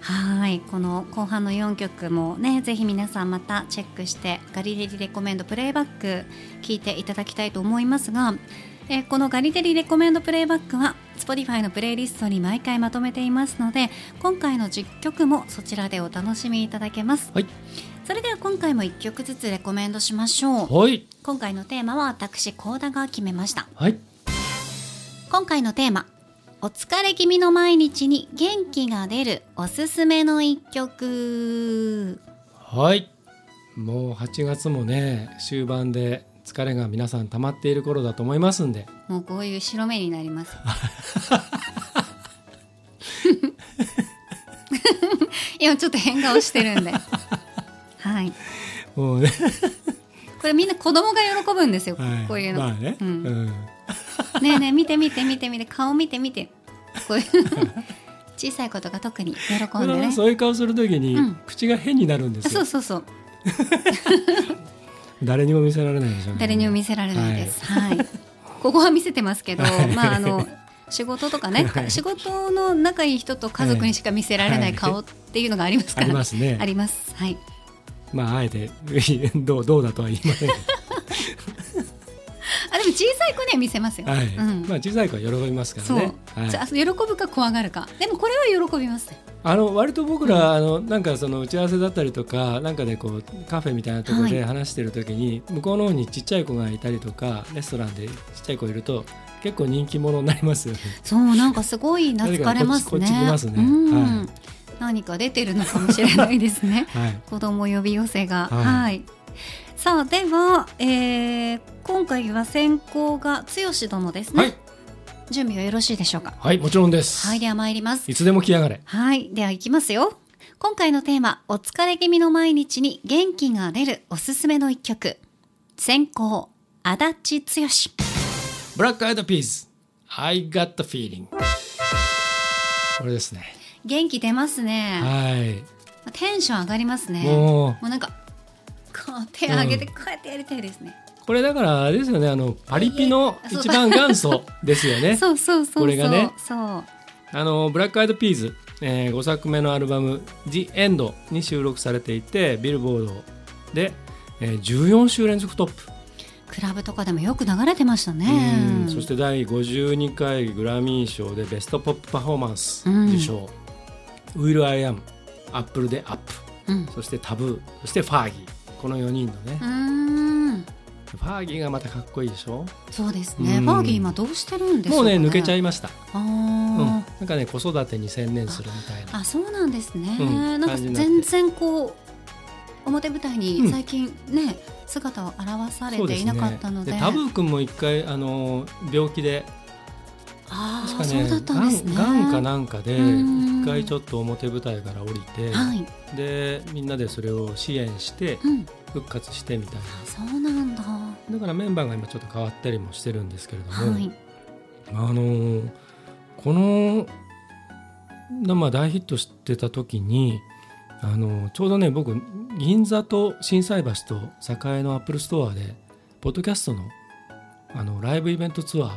Speaker 1: はいこの後半の4曲もねぜひ皆さんまたチェックしてガリレリレコメンドプレイバック聞いていただきたいと思いますが、えーこのガリレリレコメンドプレイバックは Spotify のプレイリストに毎回まとめていますので今回の10曲もそちらでお楽しみいただけます、
Speaker 2: はい
Speaker 1: それでは今回も1曲ずつレコメンドしましょう
Speaker 2: はい
Speaker 1: 今回のテーマは私高田が決めました
Speaker 2: はい
Speaker 1: 今回のテーマ「お疲れ気味の毎日に元気が出るおすすめの一曲
Speaker 2: はいもう8月もね終盤で疲れが皆さん溜まっている頃だと思いますんで」
Speaker 1: もうこういう白目になります 今ちょっと変顔してるんではい
Speaker 2: も うね
Speaker 1: これみんな子供が喜ぶんですよ、
Speaker 2: はい
Speaker 1: こういうの、
Speaker 2: まあね、
Speaker 1: うん
Speaker 2: うん
Speaker 1: ねえねえ見て見て見て見て顔見て見て そういう小さいことが特に喜んでね。
Speaker 2: そういう顔するときに、
Speaker 1: うん
Speaker 2: 口が変になるんで
Speaker 1: あ
Speaker 2: す
Speaker 1: そ
Speaker 2: よ
Speaker 1: うそうそう。
Speaker 2: 誰にも見せられないでしょ
Speaker 1: 誰にも見せられないです。はい。ここは見せてますけど、
Speaker 2: はい
Speaker 1: まああの仕事とかね、
Speaker 2: はい
Speaker 1: 仕事の仲いい人と家族にしか見せられない顔っていうのがありますか
Speaker 2: あ
Speaker 1: ら、
Speaker 2: りますね
Speaker 1: あります。はい。
Speaker 2: まああえて どうどうだとは言いませんけ
Speaker 1: あでも小さい子には見せますよ。
Speaker 2: ど、はい
Speaker 1: うん。
Speaker 2: まあ、小さい子は喜びますから
Speaker 1: そう、
Speaker 2: ね、はい
Speaker 1: あ喜ぶか怖がるか。でもこれは喜びますね。
Speaker 2: あの割と僕ら、あのなんかその打ち合わせだったりとかなんかでこうカフェみたいなところ
Speaker 1: は
Speaker 2: で
Speaker 1: い
Speaker 2: 話してる時に、向こうの方にちっちゃい子がいたりとかレストランでちっちゃい子いると結構人気者になりますよね。
Speaker 1: そうなんかすごい懐かれますね。
Speaker 2: こっちこっち来ますね
Speaker 1: うん
Speaker 2: は
Speaker 1: 何か出てるのかもしれないですね。
Speaker 2: はい、
Speaker 1: 子供呼び寄せが。は。
Speaker 2: はいい
Speaker 1: さあでは、えー今回は先行が剛殿ですね、
Speaker 2: はい、
Speaker 1: 準備はよろしいでしょうか
Speaker 2: はい、もちろんです。
Speaker 1: はいでは参ります
Speaker 2: いつでも来やがれ。
Speaker 1: はいでは行きますよ今回のテーマ「お疲れ気味の毎日に元気が出るおすすめの一曲」先行足立剛
Speaker 2: ブラックアイドピース I got the feeling これですね。
Speaker 1: 元気出ますね
Speaker 2: はい、
Speaker 1: テンション上がりますねも
Speaker 2: もう
Speaker 1: うなんかこう手を上げてこうやってやりたいですね、
Speaker 2: これだからあれですよねあのパリピの一番元祖ですよ ね。
Speaker 1: そうそうそうそう
Speaker 2: これがね
Speaker 1: そう
Speaker 2: あのブラックアイドピーズ、え5作目のアルバム「The End」に収録されていてビルボードで、えー14週連続トップ、
Speaker 1: クラブとかでもよく流れてました
Speaker 2: う
Speaker 1: ね
Speaker 2: んそして第52回グラミー賞でベストポップパフォーマン
Speaker 1: う
Speaker 2: ス
Speaker 1: ん
Speaker 2: 受賞「ウィル・アイ・アム」「アップル」で「アップ
Speaker 1: うん」
Speaker 2: そして「タブー」そして「ファーギー」この4人のね
Speaker 1: う、ーん
Speaker 2: ファーギーがまたかっこいいでしょ
Speaker 1: そうですね
Speaker 2: うん
Speaker 1: バーギー今どうしてるんでしょ
Speaker 2: も
Speaker 1: う
Speaker 2: う
Speaker 1: か
Speaker 2: ね
Speaker 1: ね
Speaker 2: 抜けちゃ
Speaker 1: い
Speaker 2: いました、
Speaker 1: あ
Speaker 2: うん
Speaker 1: ー、
Speaker 2: なんかね子育てに専念するみたいな
Speaker 1: あそうなんですね、
Speaker 2: うん
Speaker 1: なんか
Speaker 2: 感じになって
Speaker 1: 全然こう表舞台
Speaker 2: う
Speaker 1: に
Speaker 2: ん
Speaker 1: 最近ね、姿を現されていなかったので,、
Speaker 2: タブー君も一回あの病気で
Speaker 1: ああ、
Speaker 2: 確かね
Speaker 1: そうだったんですね
Speaker 2: がんがんかなんかで
Speaker 1: うん
Speaker 2: 一回ちょっと表舞台から降りて、
Speaker 1: はい、
Speaker 2: でみんなでそれを支援して
Speaker 1: うん、
Speaker 2: 復活してみたいな
Speaker 1: そうなんだ
Speaker 2: だからメンバーが今ちょっと変わったりもしてるんですけれども、
Speaker 1: はい、
Speaker 2: あのーこの、まあ、大ヒットしてた時にあのーちょうどね僕銀座と心斎橋と栄のアップルストアでポッドキャストのあのライブイベントツアー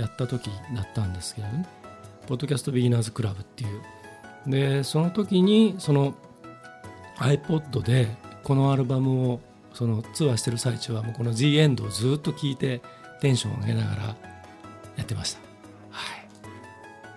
Speaker 2: やった時だったんですけどねポッドキャストビギナーズクラブっていうでその時にその iPod でこのアルバムをそのツアーしてる最中はもうこの G エンドをずっと聴いてテンションを上げながらやってました。はい、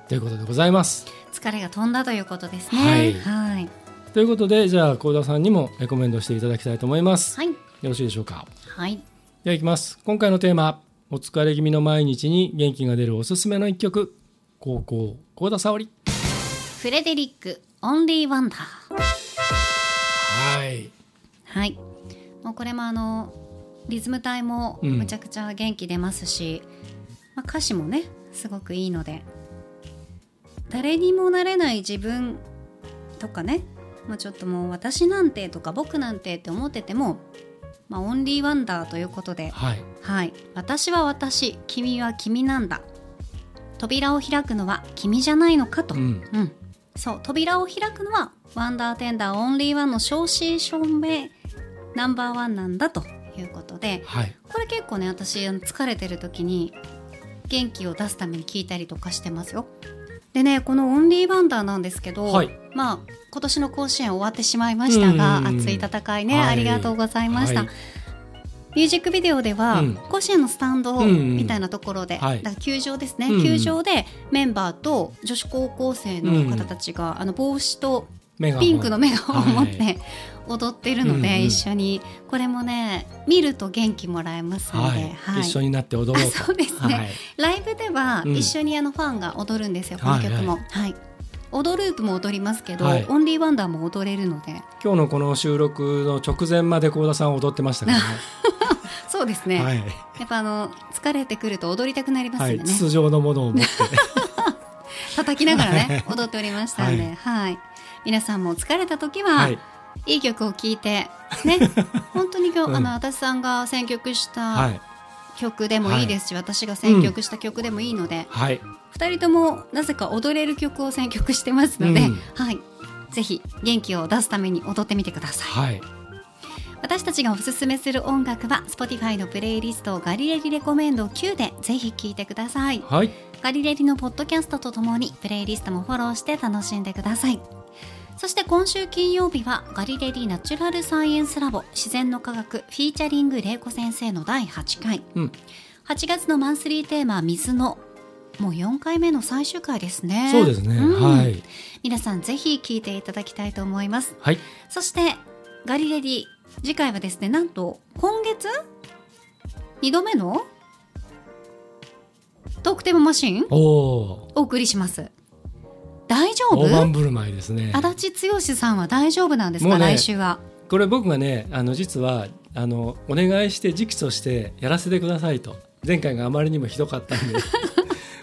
Speaker 2: ということでございます。
Speaker 1: 疲れが飛んだということですね
Speaker 2: はい
Speaker 1: はい、
Speaker 2: ということでじゃあ幸田さんにもレコメンドしていただきたいと思います。
Speaker 1: はい
Speaker 2: よろしいでしょうか。
Speaker 1: はい
Speaker 2: ではいきます。今回のテーマ「お疲れ気味の毎日に元気が出るおすすめの一曲」高校幸田沙織。
Speaker 1: フレデリックオンリーワンダー
Speaker 2: はい。
Speaker 1: はい。もうこれもあのリズム体も
Speaker 2: うん
Speaker 1: むちゃくちゃ元気出ますし、まあ、歌詞もねすごくいいので誰にもなれない自分とかねもうちょっともう私なんてとか僕なんてって思ってても、まあ、オンリーワンダーということで、
Speaker 2: はい。
Speaker 1: はい、私は私君は君なんだ扉を開くのは君じゃないのかと、
Speaker 2: うん。
Speaker 1: うん、そう扉を開くのはワンダーテンダーオンリーワンの正真正銘ナンバーワンなんだということで
Speaker 2: はい。
Speaker 1: これ結構ね私あの疲れてる時に元気を出すために聞いたりとかしてますよでねこの「オンリーワンダー」なんですけど、
Speaker 2: はい
Speaker 1: まあ今年の甲子園終わってしまいましたが
Speaker 2: うん
Speaker 1: 熱い戦いね、
Speaker 2: はい
Speaker 1: ありがとうございました、
Speaker 2: はい
Speaker 1: ミュージックビデオでは、
Speaker 2: うん
Speaker 1: 甲子園のスタンド
Speaker 2: うん
Speaker 1: みたいなところで、
Speaker 2: はい
Speaker 1: だから球場ですね、
Speaker 2: うん
Speaker 1: 球場でメンバーと女子高校生の方たちが、あの帽子と
Speaker 2: メガホン
Speaker 1: ピンクのメガホンを持っ
Speaker 2: は
Speaker 1: て踊ってるので、
Speaker 2: うんうん
Speaker 1: 一緒にこれもね見ると元気もらえますので、
Speaker 2: はい。
Speaker 1: はい
Speaker 2: 一緒になって踊ろう
Speaker 1: あ
Speaker 2: と。
Speaker 1: そうですね、
Speaker 2: はい。
Speaker 1: ライブでは
Speaker 2: うん
Speaker 1: 一緒にあのファンが踊るんですよ、この曲も。はい踊ループも踊りますけど、
Speaker 2: はい
Speaker 1: オンリーワンダーも踊れるので、
Speaker 2: 今日のこの収録の直前まで幸田さん踊ってましたから
Speaker 1: そうですね。
Speaker 2: ね。はい。
Speaker 1: やっぱあの疲れてくると踊りたくなります
Speaker 2: は
Speaker 1: よ
Speaker 2: い。
Speaker 1: ね。
Speaker 2: 筒状のものを持って。
Speaker 1: 叩きながらね踊っておりましたので、は、
Speaker 2: はい
Speaker 1: 皆さんも疲れた時は、
Speaker 2: はいい、。
Speaker 1: い曲を聴いてね本当に今日、あ
Speaker 2: うん
Speaker 1: の私さんが選曲した、
Speaker 2: はい。
Speaker 1: 曲でもいいですし、私が選曲した曲でもいいので、
Speaker 2: はい、
Speaker 1: 二人ともなぜか踊れる曲を選曲してますので、
Speaker 2: うん
Speaker 1: はい、ぜひ元気を出すために踊ってみてください。
Speaker 2: はい、
Speaker 1: 私たちがおすすめする音楽は Spotify のプレイリスト「ガリレリレコメンド9」でぜひ聴いてください
Speaker 2: はい、
Speaker 1: ガリレリのポッドキャストとともにプレイリストもフォローして楽しんでくださいそして今週金曜日はガリレリナチュラルサイエンスラボ自然の科学フィーチャリング玲子先生の第8回
Speaker 2: うん、
Speaker 1: 8月のマンスリーテーマ「水の」もう4回目の最終回ですね
Speaker 2: そうですね、
Speaker 1: うん
Speaker 2: はい、
Speaker 1: 皆さんぜひ聴いていただきたいと思います
Speaker 2: はい、
Speaker 1: そしてガリレディ次回はですねなんと今月2度目のトークテーママシン
Speaker 2: おお
Speaker 1: お送りします大丈
Speaker 2: ー、大盤
Speaker 1: 夫
Speaker 2: 振る舞いですね。
Speaker 1: 足立剛さんは大丈夫なんです
Speaker 2: も
Speaker 1: か、
Speaker 2: うね
Speaker 1: 来週は
Speaker 2: これ僕がね、あの実はあのお願いして直訴してやらせてくださいと、前回があまりにもひどかった んで、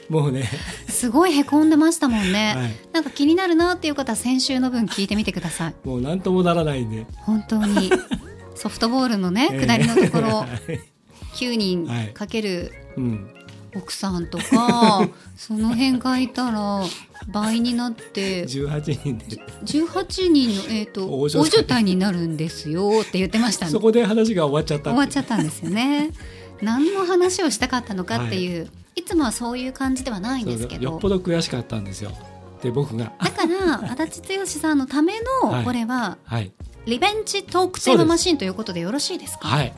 Speaker 2: もうね、
Speaker 1: すごいへこんでましたもんね、
Speaker 2: はい、
Speaker 1: なんか気になるなっていう方は先週の分聞いてみてください
Speaker 2: もうなんともならないんで、
Speaker 1: 本当に ソフトボールのね
Speaker 2: ええ
Speaker 1: 下りのとこ ろ
Speaker 2: はい
Speaker 1: 9人
Speaker 2: はい
Speaker 1: かける
Speaker 2: うん、
Speaker 1: 奥さんとかその辺がいたら倍になって
Speaker 2: 十八人で、
Speaker 1: 18人の、えー、と
Speaker 2: 大
Speaker 1: 大
Speaker 2: 所帯
Speaker 1: 所帯になるんですよって言ってましたね
Speaker 2: そこで話が終わっちゃった
Speaker 1: 終
Speaker 2: ん
Speaker 1: わっ
Speaker 2: で。
Speaker 1: ちゃったんですよ ね。何の話をしたかったのかっていう、い、つもはそういう感じではないんですけ
Speaker 2: そうよっ
Speaker 1: ど
Speaker 2: ぽど悔しかったんですよ。で僕が、
Speaker 1: だから足立剛さんのため
Speaker 2: は
Speaker 1: の
Speaker 2: い
Speaker 1: これは、
Speaker 2: はい、
Speaker 1: リベンジトークテーママシンということでよろしいですかわ、
Speaker 2: はい。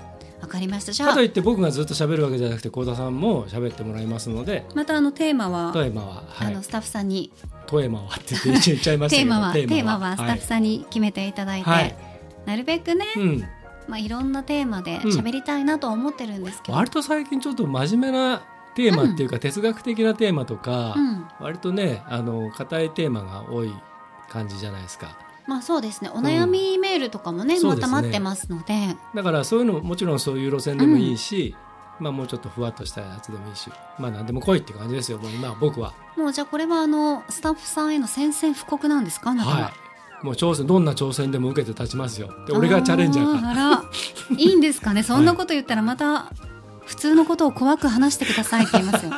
Speaker 1: かりましたじゃ
Speaker 2: か
Speaker 1: あ
Speaker 2: といって僕がずっと喋るわけじゃなくて幸田さんも喋ってもらいますので
Speaker 1: またあのテーマは、
Speaker 2: 富山は、は
Speaker 1: あ
Speaker 2: い
Speaker 1: の、スタッフさんに
Speaker 2: 富山はって言って言っちゃいました
Speaker 1: テ
Speaker 2: け
Speaker 1: ー
Speaker 2: ど
Speaker 1: マはテーマはスタッフ
Speaker 2: は
Speaker 1: さんに決めていただいて、
Speaker 2: はい
Speaker 1: なるべくね、
Speaker 2: いうん、
Speaker 1: まあ、いろんなテーマで
Speaker 2: うん
Speaker 1: 喋りたいなとは思ってるんですけど、
Speaker 2: 割と最近ちょっと真面目なテーマっていうか、哲学的なテーマとか、
Speaker 1: うん、
Speaker 2: 割とねあの硬いテーマが多い感じじゃないですか
Speaker 1: まあそうですねお悩みメールとかもね、
Speaker 2: そう
Speaker 1: ま
Speaker 2: ですね
Speaker 1: た待ってますので
Speaker 2: だからそういうのももちろんそういう路線でもいいし、まあもうちょっとふわっとしたやつでもいいしまあ何でも来いって感じですよもう今は僕は
Speaker 1: もうじゃあこれはあのスタッフさんへの宣戦布告なんですか中
Speaker 2: は
Speaker 1: はい
Speaker 2: もう挑戦どんな挑戦でも受けて立ちますよで俺がチャレンジャーから
Speaker 1: あらいいんですかねそんなこと言ったらまた普通のことを怖く話してくださいって言いますよ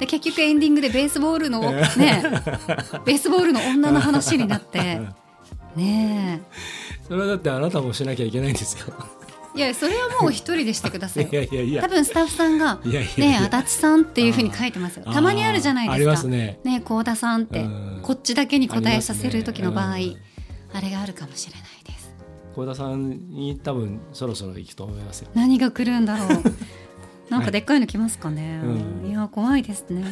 Speaker 1: で結局エンディングでベースボールのねベースボールの女の話にな ってねえ
Speaker 2: それはだってあなたもしなきゃいけないんですよ。
Speaker 1: いやそれはもう一人でしてください
Speaker 2: いやいやい
Speaker 1: 多
Speaker 2: や。
Speaker 1: 分スタッフさんが「
Speaker 2: いやい
Speaker 1: ね
Speaker 2: やいや
Speaker 1: え足立さん」っていうふうに書いてますよたまにあるじゃないですか
Speaker 2: ありますね。
Speaker 1: ねえ幸田さんって
Speaker 2: うん
Speaker 1: こっちだけに答えさせる時の場合あ,、
Speaker 2: ありますね
Speaker 1: れがあるかもしれないです
Speaker 2: 小田さんに多分そろそろ行くと思いますよ。
Speaker 1: 何が来るんだろう なんかでっかいの来ますかね、
Speaker 2: はいうん
Speaker 1: いや怖いですね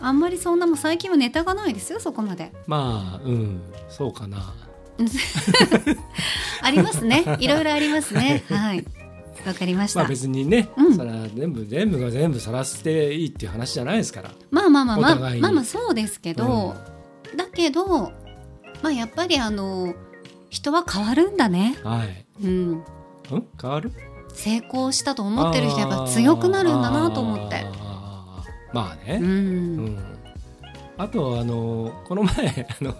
Speaker 1: あんまりそんなもう最近はネタがないですよそこまで
Speaker 2: まあ、うん、そうかな。
Speaker 1: あります ねいろいろありますねはいわかりました、
Speaker 2: まあ別にね、
Speaker 1: うん
Speaker 2: それは全部全部が全部さらしていいっていう話じゃないですから。
Speaker 1: まあまあまあま
Speaker 2: お
Speaker 1: あ
Speaker 2: 互いに
Speaker 1: まあまあそうですけど、だけどまあやっぱりあの人は変わるんだね、
Speaker 2: はい。
Speaker 1: うん、
Speaker 2: ん変わる
Speaker 1: 成功したと思ってる人やっぱ強くなるんだなと思っ
Speaker 2: あ
Speaker 1: て
Speaker 2: ー。あーまあ
Speaker 1: う
Speaker 2: ね。うん。
Speaker 1: ん、
Speaker 2: あと、あの、この前、 あの、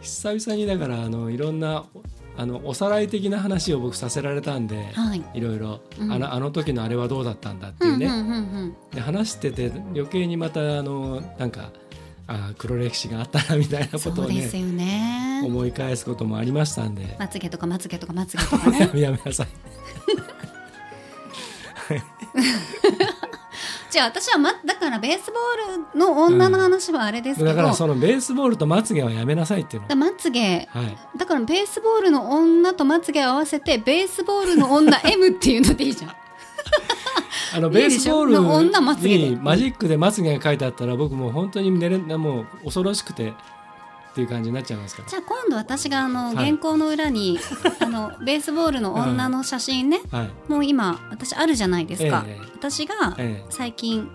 Speaker 2: 久々にだから、あの、いろんな、あの、おさらい的な話を僕させられたんで、
Speaker 1: はい。
Speaker 2: いろいろ、
Speaker 1: うん
Speaker 2: あのあの時のあれはどうだったんだって
Speaker 1: う
Speaker 2: いうん
Speaker 1: うん
Speaker 2: ね、
Speaker 1: うんうん。
Speaker 2: で話してて余計にまたあのなんかあー黒歴史があったなみたいなこ
Speaker 1: そ
Speaker 2: とを
Speaker 1: うです
Speaker 2: ね
Speaker 1: よね。
Speaker 2: 思い返すこともありましたんで、
Speaker 1: まつげとかまつげとかまつげとかね
Speaker 2: や。めやめなさい
Speaker 1: じゃあ私はまだからベースボールの女の話はあれですけど、
Speaker 2: だから
Speaker 1: だ
Speaker 2: そのベースボールとまつげはやめなさいっていうの
Speaker 1: まつげ
Speaker 2: はい
Speaker 1: だからベースボールの女とまつげを合わせてベースボールの女 M っていうのでいいじゃん。
Speaker 2: あの
Speaker 1: いい
Speaker 2: ベ
Speaker 1: で
Speaker 2: ー
Speaker 1: しょ
Speaker 2: スボ
Speaker 1: の女ま
Speaker 2: ー
Speaker 1: つげ
Speaker 2: ル
Speaker 1: で
Speaker 2: にマジックでまつげが書いてあったら僕もう本当に寝れもう恐ろしくてっていう感じになっちゃいますから
Speaker 1: じゃあ今度私があの
Speaker 2: はい
Speaker 1: 原稿の裏に、あのベースボールの女の写真ね、
Speaker 2: はい
Speaker 1: もう今私あるじゃないですか。
Speaker 2: ええ
Speaker 1: 私が
Speaker 2: ええ
Speaker 1: 最近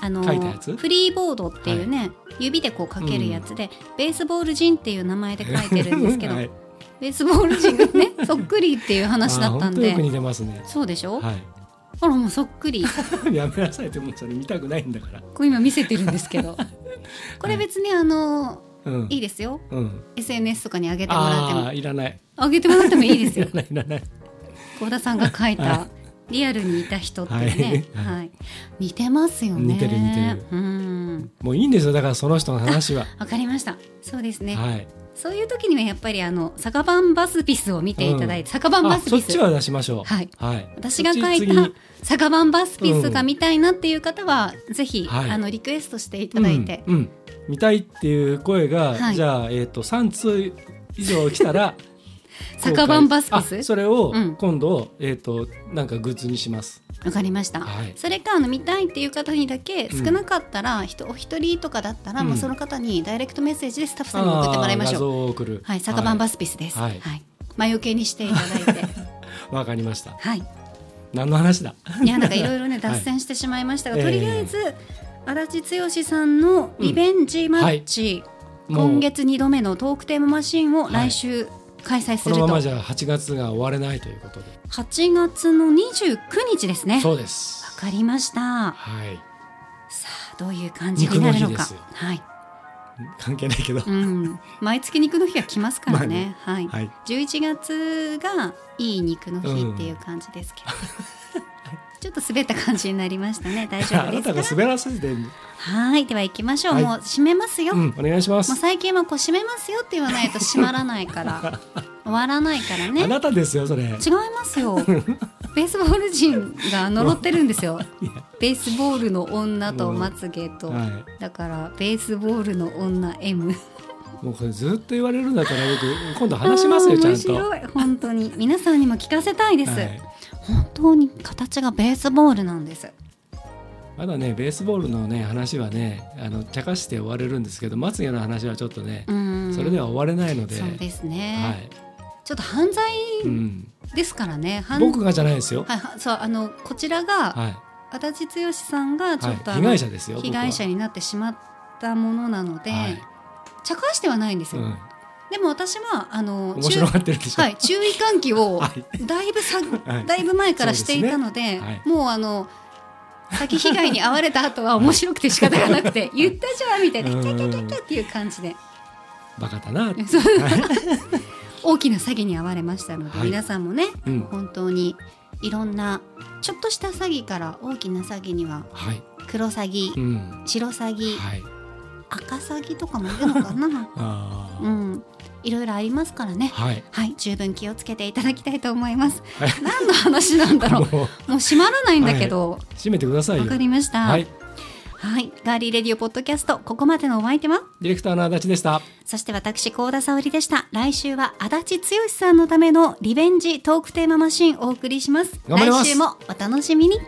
Speaker 1: あの
Speaker 2: 書いたやつ
Speaker 1: フリーボードっていうね、指でこうかけるやつで、ベースボール人っていう名前で書いてるんですけど、
Speaker 2: はい
Speaker 1: ベースボール人がね そっくりっていう話だったん
Speaker 2: あー本当よく
Speaker 1: で
Speaker 2: 似てますね
Speaker 1: そうでしょ、
Speaker 2: は
Speaker 1: ほらもうそっくり
Speaker 2: い やめなさいってもうそれ見たくないんだから
Speaker 1: こう今見せてるんですけどこれ別にあの
Speaker 2: うん
Speaker 1: いいですよ
Speaker 2: うん、
Speaker 1: SNS とかに上げてもらって
Speaker 2: あ
Speaker 1: も
Speaker 2: あいらない
Speaker 1: 上げてもらってもいいです
Speaker 2: い
Speaker 1: よ
Speaker 2: らないいらない
Speaker 1: 幸田さんが書いたリアルにいた人ってね、
Speaker 2: はい
Speaker 1: はい似てますよね
Speaker 2: 似てる似てる
Speaker 1: うん
Speaker 2: もういいんですよだからその人の話は、
Speaker 1: わかりましたそうです ね、
Speaker 2: はい
Speaker 1: そういう時にはやっぱりあの酒版バスピスを見ていただいて、酒版バ
Speaker 2: あ
Speaker 1: ス
Speaker 2: そ
Speaker 1: ピ
Speaker 2: っち
Speaker 1: ス
Speaker 2: は出しましょう
Speaker 1: はい、
Speaker 2: はい、
Speaker 1: 私が書
Speaker 2: そっち
Speaker 1: い
Speaker 2: 次
Speaker 1: た
Speaker 2: に
Speaker 1: 酒版バスピスが見たいなっていう方は、ぜひ、
Speaker 2: はい
Speaker 1: あのリクエストしていただいて、
Speaker 2: うんうん見たいっていう声が、
Speaker 1: はい
Speaker 2: じゃあ、えー、と3通以上来た ら
Speaker 1: 酒版バスピ
Speaker 2: あ
Speaker 1: ス
Speaker 2: それを
Speaker 1: うん
Speaker 2: 今度、えっ、となんかグッズにします
Speaker 1: わかりました、
Speaker 2: はい
Speaker 1: それかあの見たいっていう方にだけ
Speaker 2: うん
Speaker 1: 少なかったら、人お一人とかだったら、
Speaker 2: うん
Speaker 1: もうその方にダイレクトメッセージでスタッフさんに送ってもらいまし
Speaker 2: あー画
Speaker 1: ょう
Speaker 2: 像を送る
Speaker 1: はい酒版バ
Speaker 2: ス
Speaker 1: スピスです、は
Speaker 2: はいい
Speaker 1: 前受けにしていただいて
Speaker 2: わ、かりました
Speaker 1: はい
Speaker 2: 何の話だ
Speaker 1: いやなんかいろいろね
Speaker 2: はい
Speaker 1: 脱線してしまいましたが、
Speaker 2: ええ
Speaker 1: とりあえず、足立剛さんのリベンジマッチ、
Speaker 2: もう
Speaker 1: 今月2度目のトークテーママシンを来週開催す
Speaker 2: こ
Speaker 1: る
Speaker 2: の
Speaker 1: と、
Speaker 2: ままじゃ8月が終われないということで
Speaker 1: 8月の29日ですねわ
Speaker 2: そうです
Speaker 1: かりました
Speaker 2: はい
Speaker 1: さあどういう感じになるの
Speaker 2: 肉の日で
Speaker 1: か
Speaker 2: すよ
Speaker 1: はい、
Speaker 2: 関係ないけど、
Speaker 1: うん、毎月肉の日が来ますからね はい、
Speaker 2: はい
Speaker 1: 11月がいい肉の日っていう感じです けど、ちょっと滑った感じになりましたね大丈
Speaker 2: あ
Speaker 1: 夫で
Speaker 2: なたが
Speaker 1: すか
Speaker 2: 滑らせて、
Speaker 1: はいでは行きましょう、
Speaker 2: はい
Speaker 1: もう締めますよ、
Speaker 2: う
Speaker 1: も
Speaker 2: ん、お願いしま
Speaker 1: う
Speaker 2: す、
Speaker 1: 最近はこう締めますよって言わないと締まらないから 終わらないからね
Speaker 2: あなたですよそれいや
Speaker 1: 違います よベースボール人が呪ってるんですよベースボールの女とまつげと、
Speaker 2: は
Speaker 1: だからベースボールの女 M
Speaker 2: い、もうこれずっと言われるんだから僕今度話しますよち
Speaker 1: あー
Speaker 2: ゃんと
Speaker 1: 面白い本当に皆さんにも聞かせたいです、
Speaker 2: はい
Speaker 1: 本当に形がベースボールなんです
Speaker 2: まだねベースボールのね話はねあの茶化して終われるんですけどまつげの話はちょっとね
Speaker 1: う、ん
Speaker 2: それでは終われないので
Speaker 1: そうです
Speaker 2: は
Speaker 1: ね、
Speaker 2: い
Speaker 1: ちょっと犯罪
Speaker 2: うん、
Speaker 1: ですからね、犯
Speaker 2: 僕がじゃないですよ、
Speaker 1: はいはそうあのこちらが
Speaker 2: はい
Speaker 1: 足立剛さんがちょ
Speaker 2: は
Speaker 1: っと、
Speaker 2: い、
Speaker 1: あ
Speaker 2: 被
Speaker 1: の
Speaker 2: 害者ですよ
Speaker 1: 被害者になってしまったものなので、
Speaker 2: 僕ははい
Speaker 1: 茶化してはないんです
Speaker 2: う
Speaker 1: よ、
Speaker 2: ん、
Speaker 1: でも私はあの
Speaker 2: 面白
Speaker 1: 注
Speaker 2: がってるでしょ、
Speaker 1: はい、注意喚起を
Speaker 2: はい
Speaker 1: だいぶさ、
Speaker 2: はい
Speaker 1: だいぶ前からしていたので
Speaker 2: そうですねはい
Speaker 1: もうあの先被害に遭われた後は面白くて仕方がなくて言ったじゃんみたいな
Speaker 2: う
Speaker 1: キャ
Speaker 2: ん
Speaker 1: キャキャキャっていう感じで
Speaker 2: バカだなって
Speaker 1: そう
Speaker 2: はい
Speaker 1: 大きな詐欺に遭われましたので、
Speaker 2: はい
Speaker 1: 皆さんもね
Speaker 2: うん
Speaker 1: 本当にいろんなちょっとした詐欺から大きな詐欺には
Speaker 2: はい
Speaker 1: 黒詐欺、
Speaker 2: うん
Speaker 1: 白詐欺、
Speaker 2: はい
Speaker 1: 赤詐欺とかもいるのか な
Speaker 2: あ
Speaker 1: う
Speaker 2: ー
Speaker 1: んいろいろありますからね
Speaker 2: はい
Speaker 1: はい十分気をつけていただきたいと思います何の話なん だろう
Speaker 2: もう
Speaker 1: もう閉まらないんだけど、わ、
Speaker 2: 閉めてくださいよ
Speaker 1: かりました。
Speaker 2: は
Speaker 1: はいい、ガーリーレディオポッドキャスト、ここまでのお相手は、
Speaker 2: ディレクターの足立でした
Speaker 1: そして私、高田沙織でした。来週は足立剛さんのためのリベンジトークテーママシンお送りします。
Speaker 2: 頑張ります
Speaker 1: 来週もお楽しみに。